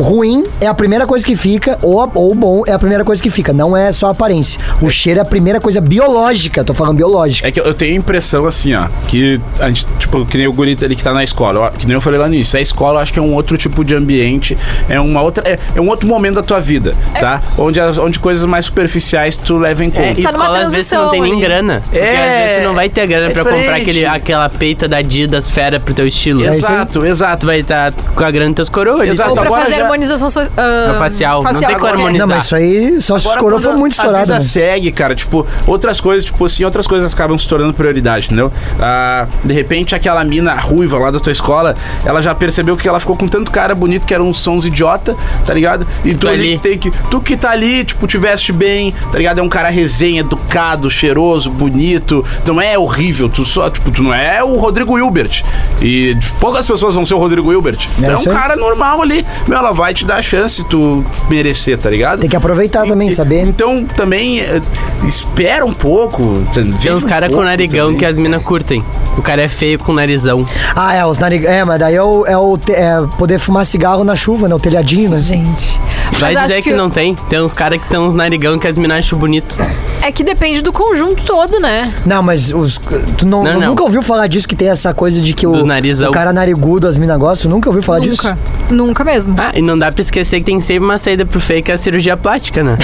[SPEAKER 5] Ruim é a primeira coisa que fica, ou, a- ou bom é a primeira coisa que fica. Não é só a aparência. O cheiro é a primeira coisa biológica, tô falando biológica.
[SPEAKER 1] É que eu- eu tenho a impressão, assim, ó, que a gente, tipo, que nem o guri ali que tá na escola, ó, que nem eu falei lá no início, a escola eu acho que é um outro tipo de ambiente, é uma outra, é, é um outro momento da tua vida,
[SPEAKER 5] É.
[SPEAKER 1] tá? Onde, as, onde coisas mais superficiais tu leva em
[SPEAKER 3] É,
[SPEAKER 1] conta.
[SPEAKER 2] tá numa
[SPEAKER 3] escola às vezes tu não tem nem
[SPEAKER 2] transição ali.
[SPEAKER 3] grana. Porque
[SPEAKER 1] É,
[SPEAKER 3] às vezes tu não vai ter grana
[SPEAKER 1] é
[SPEAKER 3] pra comprar aquele,
[SPEAKER 1] diferente.
[SPEAKER 3] aquela peita da Adidas fera pro teu estilo.
[SPEAKER 5] É isso aí.
[SPEAKER 1] exato,
[SPEAKER 3] Tu
[SPEAKER 1] exato.
[SPEAKER 3] vai estar com a grana dos teus coroas.
[SPEAKER 1] Exato,
[SPEAKER 2] Ou pra
[SPEAKER 1] agora
[SPEAKER 2] fazer
[SPEAKER 1] já-
[SPEAKER 2] harmonização so- ah,
[SPEAKER 3] facial, não tem como
[SPEAKER 2] qualquer.
[SPEAKER 3] harmonizar.
[SPEAKER 5] Não, mas isso aí só se
[SPEAKER 1] Agora,
[SPEAKER 5] escorou,
[SPEAKER 1] quando
[SPEAKER 5] foi muito
[SPEAKER 1] A
[SPEAKER 5] estourado,
[SPEAKER 1] vida
[SPEAKER 5] né?
[SPEAKER 1] segue, cara. Tipo, outras coisas, tipo assim, outras coisas acabam se tornando prioridade, entendeu? Ah, de repente, aquela mina ruiva lá da tua escola, ela já percebeu que ela ficou com tanto cara bonito que eram uns sons idiota, tá ligado? E tu
[SPEAKER 3] Tá
[SPEAKER 1] ali
[SPEAKER 3] ali.
[SPEAKER 1] que tem que. Tu que tá ali, tipo, te veste bem, tá ligado? É um cara resenha, educado, cheiroso, bonito. Não é horrível. Tu só, tipo, tu não é o Rodrigo Hilbert. E poucas pessoas vão ser o Rodrigo Hilbert. Tu é um
[SPEAKER 5] isso aí.
[SPEAKER 1] cara normal ali. Meu, ela vai te dar a chance se tu merecer, tá ligado?
[SPEAKER 5] Tem que aproveitar também,
[SPEAKER 1] E-
[SPEAKER 5] saber. né?
[SPEAKER 1] Então, também, eh, espera um pouco. um
[SPEAKER 3] Tem uns caras com narigão que as minas curtem. O cara é feio com narizão.
[SPEAKER 5] Ah, é, os narigão. É, mas daí é, o, é, o te- é poder fumar cigarro na chuva, né? O telhadinho, né?
[SPEAKER 6] Gente.
[SPEAKER 3] Vai
[SPEAKER 2] acho
[SPEAKER 3] dizer que,
[SPEAKER 2] que-
[SPEAKER 3] não tem. Tem uns caras que tem uns narigão que as minas acham bonito.
[SPEAKER 2] É que depende do conjunto todo, né?
[SPEAKER 5] Não, mas os. Tu não,
[SPEAKER 3] Não, não.
[SPEAKER 5] nunca ouviu falar disso que tem essa coisa de que o,
[SPEAKER 3] Dos narizão.
[SPEAKER 5] o cara narigudo, as minas gostam? Nunca ouviu falar disso?
[SPEAKER 2] Nunca. Nunca mesmo.
[SPEAKER 3] Ah, e não dá pra esquecer que tem sempre uma saída pro fake, que é a cirurgia plástica, né?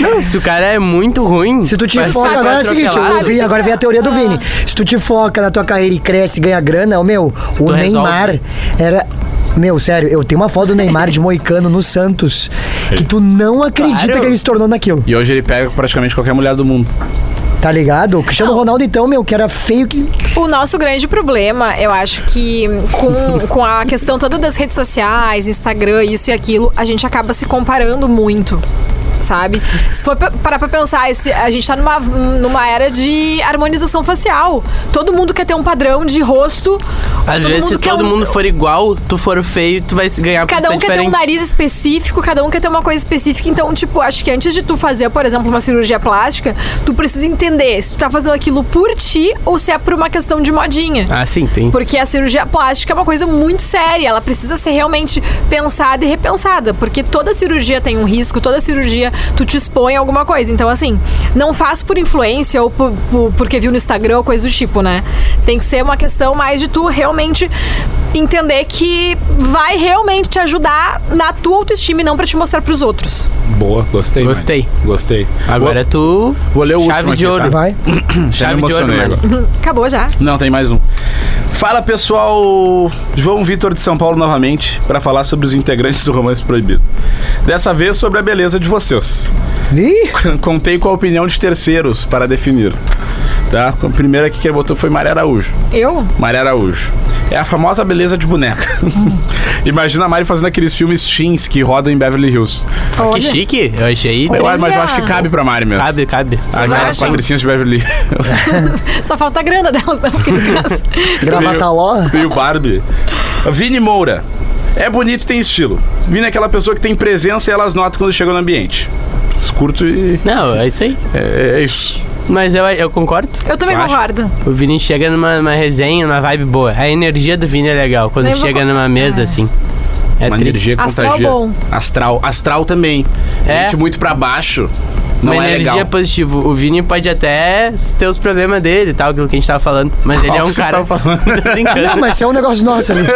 [SPEAKER 3] Não, se o cara é muito ruim...
[SPEAKER 5] Se tu te
[SPEAKER 3] vai ser
[SPEAKER 5] foca agora é o
[SPEAKER 3] atropelado.
[SPEAKER 5] seguinte, o Vini, agora vem a teoria do Vini. Se tu te foca na tua carreira e cresce e ganha grana, ô meu, o
[SPEAKER 3] Tu
[SPEAKER 5] Neymar
[SPEAKER 3] resolve.
[SPEAKER 5] era. Meu, sério, eu tenho uma foto do Neymar de Moicano no Santos. Que tu não acredita
[SPEAKER 3] Claro.
[SPEAKER 5] que ele se tornou naquilo.
[SPEAKER 1] E hoje ele pega praticamente qualquer mulher do mundo.
[SPEAKER 5] Tá ligado? O Cristiano Ronaldo, então, meu, que era feio que.
[SPEAKER 2] O nosso grande problema, eu acho que com, com a questão toda das redes sociais, Instagram, isso e aquilo, a gente acaba se comparando muito. Sabe? Se for pa- parar pra pensar, esse- a gente tá numa, numa era de harmonização facial. Todo mundo quer ter um padrão de rosto.
[SPEAKER 3] Às vezes, se
[SPEAKER 2] quer
[SPEAKER 3] todo
[SPEAKER 2] um-
[SPEAKER 3] mundo for igual, tu for feio, tu vai se ganhar por
[SPEAKER 2] Cada
[SPEAKER 3] ser
[SPEAKER 2] um quer ter um
[SPEAKER 3] diferente.
[SPEAKER 2] nariz específico, cada um quer ter uma coisa específica. Então, tipo, acho que antes de tu fazer, por exemplo, uma cirurgia plástica, tu precisa entender se tu tá fazendo aquilo por ti ou se é por uma questão de modinha.
[SPEAKER 3] Ah, sim, tem.
[SPEAKER 2] Porque a cirurgia plástica é uma coisa muito séria, ela precisa ser realmente pensada e repensada, porque toda cirurgia tem um risco, toda cirurgia tu te expõe a alguma coisa. Então, assim, não faz por influência ou por- por- porque viu no Instagram ou coisa do tipo, né? Tem que ser uma questão mais de tu realmente entender que vai realmente te ajudar na tua autoestima e não pra te mostrar pros outros.
[SPEAKER 4] Boa, gostei. mano.
[SPEAKER 3] Gostei.
[SPEAKER 4] Gostei.
[SPEAKER 3] Agora tu.
[SPEAKER 1] Vou ler o
[SPEAKER 3] Chave
[SPEAKER 1] último
[SPEAKER 3] de
[SPEAKER 1] aqui,
[SPEAKER 3] ouro.
[SPEAKER 1] tá?
[SPEAKER 5] Vai.
[SPEAKER 3] Chave de ouro,
[SPEAKER 1] emocionei
[SPEAKER 3] mano.
[SPEAKER 1] agora.
[SPEAKER 2] Acabou já.
[SPEAKER 1] Não, tem mais um. Fala pessoal, João Vitor de São Paulo novamente para falar sobre os integrantes do Romance Proibido. Dessa vez sobre a beleza de vocês.
[SPEAKER 5] Ih,
[SPEAKER 1] Contei com a opinião de terceiros para definir. Tá? O primeiro aqui que ele botou foi Maria Araújo.
[SPEAKER 2] Eu?
[SPEAKER 1] Maria Araújo. É a famosa beleza de boneca. Imagina a Mari fazendo aqueles filmes teens que rodam em Beverly Hills.
[SPEAKER 3] Ah, Que chique. Eu achei.
[SPEAKER 1] Eu,
[SPEAKER 2] Olha!
[SPEAKER 1] mas eu acho que cabe pra Mari mesmo.
[SPEAKER 3] Cabe, cabe.
[SPEAKER 1] Aquelas
[SPEAKER 2] acham?
[SPEAKER 1] quadricinhas de Beverly Hills.
[SPEAKER 2] Só falta a grana delas, né? Porque no caso-
[SPEAKER 5] gravataló.
[SPEAKER 1] E o Barbie. Vini Moura. É bonito e tem estilo. Vini é aquela pessoa que tem presença e elas notam quando chega no ambiente. Curto e.
[SPEAKER 3] Não, é isso aí.
[SPEAKER 1] É, é isso.
[SPEAKER 3] Mas eu, eu concordo.
[SPEAKER 2] Eu também
[SPEAKER 1] Tu acha?
[SPEAKER 2] concordo.
[SPEAKER 3] O Vini chega numa, numa resenha, numa vibe boa. A energia do Vini é legal. Quando
[SPEAKER 2] Eu vou
[SPEAKER 3] chega
[SPEAKER 2] con-
[SPEAKER 3] numa mesa, assim. É
[SPEAKER 1] Uma
[SPEAKER 3] tri.
[SPEAKER 1] energia
[SPEAKER 2] Astral
[SPEAKER 1] contagia.
[SPEAKER 2] bom.
[SPEAKER 1] Astral. Astral também.
[SPEAKER 3] É.
[SPEAKER 1] Gente muito pra baixo. Não
[SPEAKER 3] Uma
[SPEAKER 1] é
[SPEAKER 3] energia
[SPEAKER 1] legal.
[SPEAKER 3] positiva. O Vini pode até ter os problemas dele e tal, aquilo que a gente tava falando. Mas ele é
[SPEAKER 1] Qual
[SPEAKER 3] um
[SPEAKER 1] que vocês
[SPEAKER 3] cara.
[SPEAKER 1] estavam falando?
[SPEAKER 3] Tô brincando.
[SPEAKER 5] Não, mas isso é um negócio nosso ali.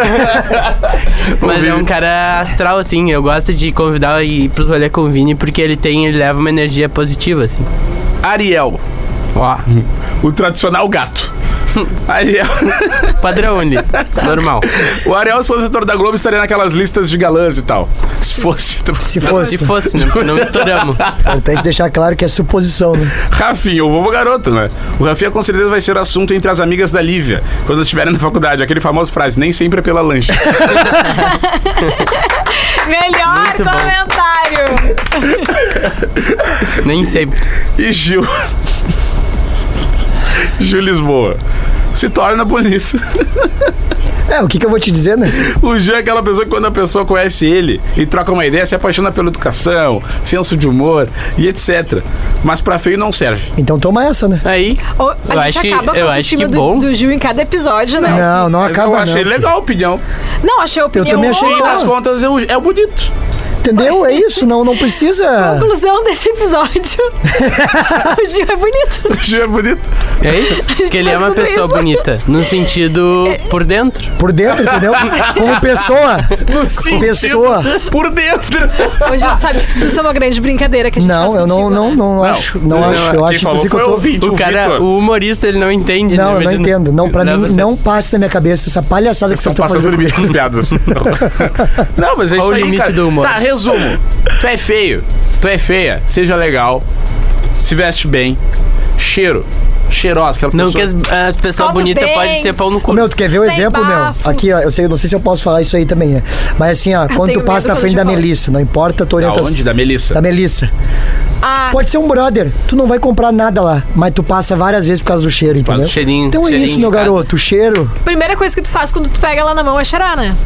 [SPEAKER 3] Mas
[SPEAKER 1] Vini.
[SPEAKER 3] é um cara astral, assim. Eu gosto de convidar e ir pros rolê com o Vini porque ele tem, ele leva uma energia positiva, assim.
[SPEAKER 1] Ariel.
[SPEAKER 3] Ó,
[SPEAKER 1] O tradicional gato. Ariel.
[SPEAKER 3] padrão ali. Normal.
[SPEAKER 1] O Ariel, se fosse ator da Globo, estaria naquelas listas de galãs e tal. Se fosse. então,
[SPEAKER 5] Se
[SPEAKER 3] Se
[SPEAKER 5] fosse.
[SPEAKER 3] fosse, não, não estouramos.
[SPEAKER 5] Importante deixar claro que é suposição, né?
[SPEAKER 1] Rafinha, o vovô garoto, né? O Rafinha com certeza vai ser assunto entre as amigas da Lívia, quando estiverem na faculdade. Aquele famoso frase, nem sempre é pela lanche.
[SPEAKER 2] Melhor
[SPEAKER 3] Muito bom.
[SPEAKER 2] comentário.
[SPEAKER 3] Nem sempre.
[SPEAKER 1] E Gil. Gil Lisboa. Se torna bonito.
[SPEAKER 5] É, o que, que eu vou te dizer, né?
[SPEAKER 1] O Gil é aquela pessoa que quando a pessoa conhece ele e troca uma ideia, se apaixona pela educação, senso de humor e etc. Mas pra feio não serve.
[SPEAKER 5] Então toma essa, né?
[SPEAKER 3] Aí,
[SPEAKER 2] Ou-
[SPEAKER 3] Eu
[SPEAKER 2] A gente
[SPEAKER 3] acho que-
[SPEAKER 2] acaba com
[SPEAKER 3] eu
[SPEAKER 2] a
[SPEAKER 3] acho
[SPEAKER 2] autoestima
[SPEAKER 3] que
[SPEAKER 2] do,
[SPEAKER 3] bom.
[SPEAKER 2] do Gil em cada episódio, né?
[SPEAKER 5] Não, não acaba
[SPEAKER 1] eu
[SPEAKER 5] não.
[SPEAKER 1] achei legal a opinião.
[SPEAKER 2] Não, achei a opinião.
[SPEAKER 5] também achei
[SPEAKER 1] No fim
[SPEAKER 2] boa.
[SPEAKER 1] das contas, é o- é o bonito.
[SPEAKER 5] Entendeu? É isso, não, não precisa.
[SPEAKER 2] Conclusão desse episódio. o Gil é bonito.
[SPEAKER 1] O Gil é bonito.
[SPEAKER 3] é isso. Porque ele é
[SPEAKER 2] faz
[SPEAKER 3] uma
[SPEAKER 2] tudo
[SPEAKER 3] pessoa
[SPEAKER 2] isso.
[SPEAKER 3] bonita. No sentido por dentro.
[SPEAKER 5] Por dentro, entendeu? Como pessoa.
[SPEAKER 1] No sentido,
[SPEAKER 5] Pessoa.
[SPEAKER 1] Por dentro.
[SPEAKER 2] Hoje a gente sabe que tudo isso é uma grande brincadeira que a gente faz
[SPEAKER 5] Não, eu não,
[SPEAKER 2] contigo,
[SPEAKER 5] não,
[SPEAKER 2] né?
[SPEAKER 5] não, acho. Não,
[SPEAKER 1] não,
[SPEAKER 5] acho. Eu
[SPEAKER 1] quem
[SPEAKER 5] acho
[SPEAKER 1] falou
[SPEAKER 5] inclusive, que
[SPEAKER 1] foi
[SPEAKER 5] eu
[SPEAKER 1] o
[SPEAKER 5] tô.
[SPEAKER 1] ouvinte.
[SPEAKER 3] O cara,
[SPEAKER 1] Vitor.
[SPEAKER 3] o humorista, ele não entende.
[SPEAKER 5] Não,
[SPEAKER 3] né?
[SPEAKER 5] eu não
[SPEAKER 3] Ele
[SPEAKER 5] entendo. Não, pra mim,
[SPEAKER 3] você-
[SPEAKER 5] não passa na minha cabeça essa palhaçada que tá
[SPEAKER 1] Vocês
[SPEAKER 5] vocês
[SPEAKER 1] estão
[SPEAKER 5] estão
[SPEAKER 1] passando o
[SPEAKER 5] fazendo.
[SPEAKER 1] limite das piadas. Não, mas é
[SPEAKER 3] Qual
[SPEAKER 1] isso
[SPEAKER 3] o
[SPEAKER 1] aí,
[SPEAKER 3] limite
[SPEAKER 1] cara.
[SPEAKER 3] do humor?
[SPEAKER 1] Tá, resumo. Tu é feio, tu é feia, seja legal, se veste bem, cheiro, cheirosa, aquela
[SPEAKER 3] Não que
[SPEAKER 1] pessoa...
[SPEAKER 3] as, as pessoas
[SPEAKER 2] os
[SPEAKER 3] bonitas
[SPEAKER 2] dentes.
[SPEAKER 3] podem ser pau no cu.
[SPEAKER 5] Ô, Meu, tu quer ver o
[SPEAKER 2] Sem
[SPEAKER 5] exemplo,
[SPEAKER 2] bafo. Ah,
[SPEAKER 5] meu? Aqui, ó, eu sei, eu não sei se eu posso falar isso aí também, né? Mas assim, ó, quando
[SPEAKER 2] tenho
[SPEAKER 5] tu passa
[SPEAKER 2] medo
[SPEAKER 5] na frente
[SPEAKER 2] quando
[SPEAKER 5] da
[SPEAKER 2] eu falo.
[SPEAKER 5] Melissa, não importa a tua orientação.
[SPEAKER 1] Aonde? Da
[SPEAKER 5] Da
[SPEAKER 1] Melissa.
[SPEAKER 5] Melissa.
[SPEAKER 2] Ah,
[SPEAKER 5] Pode ser um brother, tu não vai comprar nada lá, mas tu passa várias vezes por causa do cheiro,
[SPEAKER 1] um
[SPEAKER 5] entendeu?
[SPEAKER 3] do cheirinho-
[SPEAKER 5] então é
[SPEAKER 3] cheirinho
[SPEAKER 5] isso,
[SPEAKER 3] de
[SPEAKER 5] meu
[SPEAKER 3] casa.
[SPEAKER 5] garoto, o cheiro.
[SPEAKER 2] primeira coisa que tu faz quando tu pega ela na mão é cheirar, né?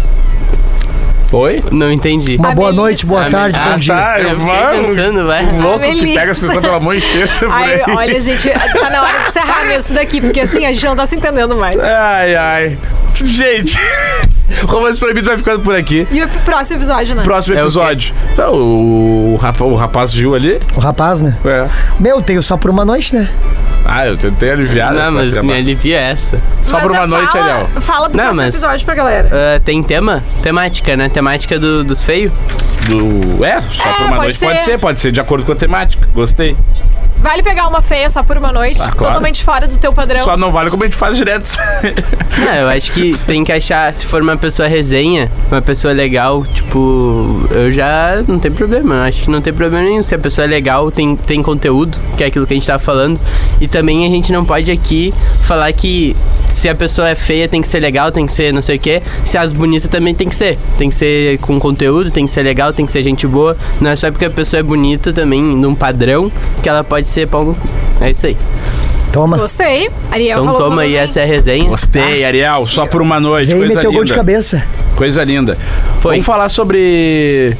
[SPEAKER 3] Tá.
[SPEAKER 1] Oi?
[SPEAKER 3] Não entendi.
[SPEAKER 5] Uma
[SPEAKER 2] A
[SPEAKER 5] boa
[SPEAKER 2] Melissa.
[SPEAKER 5] noite, boa
[SPEAKER 3] A
[SPEAKER 5] tarde,
[SPEAKER 3] Mel-
[SPEAKER 5] bom
[SPEAKER 3] Ah,
[SPEAKER 5] dia.
[SPEAKER 1] tá,
[SPEAKER 3] eu fiquei pensando, vai.
[SPEAKER 1] Louco que
[SPEAKER 2] Melissa.
[SPEAKER 1] pega as pessoas pela mão e cheira por
[SPEAKER 2] Ai,
[SPEAKER 1] aí.
[SPEAKER 2] olha, gente, tá na hora de encerrar mesmo isso daqui, porque assim, a gente não tá se entendendo mais.
[SPEAKER 1] Ai, ai. Gente, o Romance Proibido vai ficando por aqui.
[SPEAKER 2] E o próximo episódio, né?
[SPEAKER 1] Próximo
[SPEAKER 3] É o quê?
[SPEAKER 1] episódio. Então, o, rapa- o rapaz Gil ali...
[SPEAKER 5] O rapaz, né?
[SPEAKER 1] É.
[SPEAKER 5] Meu, tenho só por uma noite, né?
[SPEAKER 1] Ah, eu tentei aliviar. né,
[SPEAKER 3] Não,
[SPEAKER 1] pra
[SPEAKER 3] mas
[SPEAKER 1] acabar.
[SPEAKER 3] me alivia essa.
[SPEAKER 1] Só
[SPEAKER 2] Mas
[SPEAKER 1] por
[SPEAKER 2] já
[SPEAKER 1] uma noite,
[SPEAKER 2] fala,
[SPEAKER 1] Ariel.
[SPEAKER 2] Fala do
[SPEAKER 3] Não,
[SPEAKER 2] próximo
[SPEAKER 3] mas-
[SPEAKER 2] episódio pra galera.
[SPEAKER 3] Ah, tem tema? Temática, né? Temática do, dos feios?
[SPEAKER 1] Do... É, só
[SPEAKER 2] É,
[SPEAKER 1] por uma
[SPEAKER 2] pode
[SPEAKER 1] noite pode
[SPEAKER 2] ser.
[SPEAKER 1] ser, pode ser de acordo com a temática. Gostei.
[SPEAKER 2] Vale pegar uma feia só por uma noite,
[SPEAKER 1] Ah, claro.
[SPEAKER 2] totalmente fora do teu padrão.
[SPEAKER 1] Só não vale como a gente faz direto.
[SPEAKER 3] Ah, eu acho que tem que achar, se for uma pessoa resenha, uma pessoa legal, tipo, eu já não tem problema. Eu acho que não tem problema nenhum. Se a pessoa é legal, tem, tem conteúdo, que é aquilo que a gente tava falando. E também a gente não pode aqui falar que se a pessoa é feia tem que ser legal, tem que ser não sei o quê. Se as bonitas também tem que ser. Tem que ser com conteúdo, tem que ser legal, tem que ser gente boa. Não é só porque a pessoa é bonita também, num padrão, que ela pode ser pau no cu. É isso aí.
[SPEAKER 5] Toma.
[SPEAKER 2] Gostei. Ariel
[SPEAKER 3] Então
[SPEAKER 2] falou
[SPEAKER 3] toma
[SPEAKER 2] tudo
[SPEAKER 3] aí,
[SPEAKER 2] bem.
[SPEAKER 3] essa é a resenha.
[SPEAKER 1] Gostei, Ariel. Só por uma noite.
[SPEAKER 5] Vem
[SPEAKER 1] Coisa
[SPEAKER 5] meter o gol de
[SPEAKER 1] linda.
[SPEAKER 5] cabeça.
[SPEAKER 1] Coisa linda.
[SPEAKER 3] Foi.
[SPEAKER 1] Vamos falar sobre.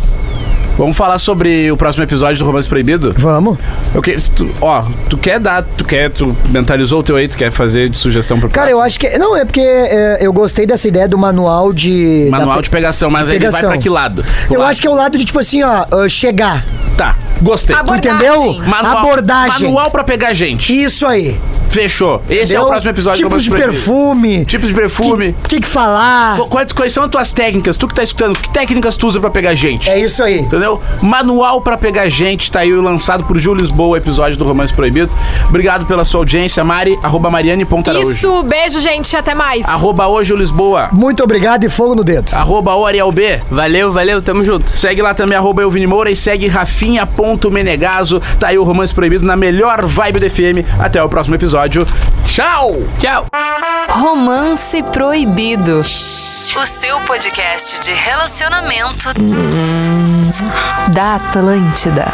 [SPEAKER 1] Vamos falar sobre o próximo episódio do Romance Proibido?
[SPEAKER 5] Vamos.
[SPEAKER 1] Eu que- se tu- ó, tu quer dar, tu quer, tu mentalizou o teu aí, tu quer fazer de sugestão pro
[SPEAKER 5] Cara, eu acho que. Não, é porque é, eu gostei dessa ideia do manual de.
[SPEAKER 1] Manual de pegação, mas
[SPEAKER 5] de
[SPEAKER 1] aí ele vai
[SPEAKER 5] pegação.
[SPEAKER 1] pra que lado?
[SPEAKER 5] Eu acho que é o lado de, tipo assim, ó, uh, chegar.
[SPEAKER 1] Tá, gostei.
[SPEAKER 2] Abordagem.
[SPEAKER 5] Entendeu? Abordagem.
[SPEAKER 1] Manual pra pegar gente.
[SPEAKER 5] Isso aí.
[SPEAKER 1] Fechou. Esse é o
[SPEAKER 5] Entendeu?
[SPEAKER 1] próximo episódio
[SPEAKER 5] Tipos de
[SPEAKER 1] que eu vou te proibir.
[SPEAKER 5] perfume.
[SPEAKER 1] Tipos de perfume.
[SPEAKER 5] O que, que falar?
[SPEAKER 1] Qu- Quais, quais são as tuas técnicas? Tu que tá escutando, que técnicas tu usa pra pegar gente?
[SPEAKER 5] É isso aí.
[SPEAKER 1] Entendeu? Manual pra pegar gente, tá aí lançado por Júlio Lisboa, episódio do Romance Proibido. Obrigado pela sua audiência, Mari, arroba mariane.araújo.
[SPEAKER 2] Isso, beijo, gente. Até mais.
[SPEAKER 1] Arroba hoje o Lisboa,
[SPEAKER 5] Muito obrigado e fogo no dedo.
[SPEAKER 1] arroba o Ariel B.
[SPEAKER 3] Valeu, valeu, tamo junto.
[SPEAKER 1] Segue lá também, arroba Elvini Moura e segue rafinha.menegaso. Tá aí o Romance Proibido na melhor vibe do FM. Até o próximo episódio. Tchau!
[SPEAKER 3] Tchau.
[SPEAKER 6] Romance Proibido. O seu podcast de relacionamento da Atlântida.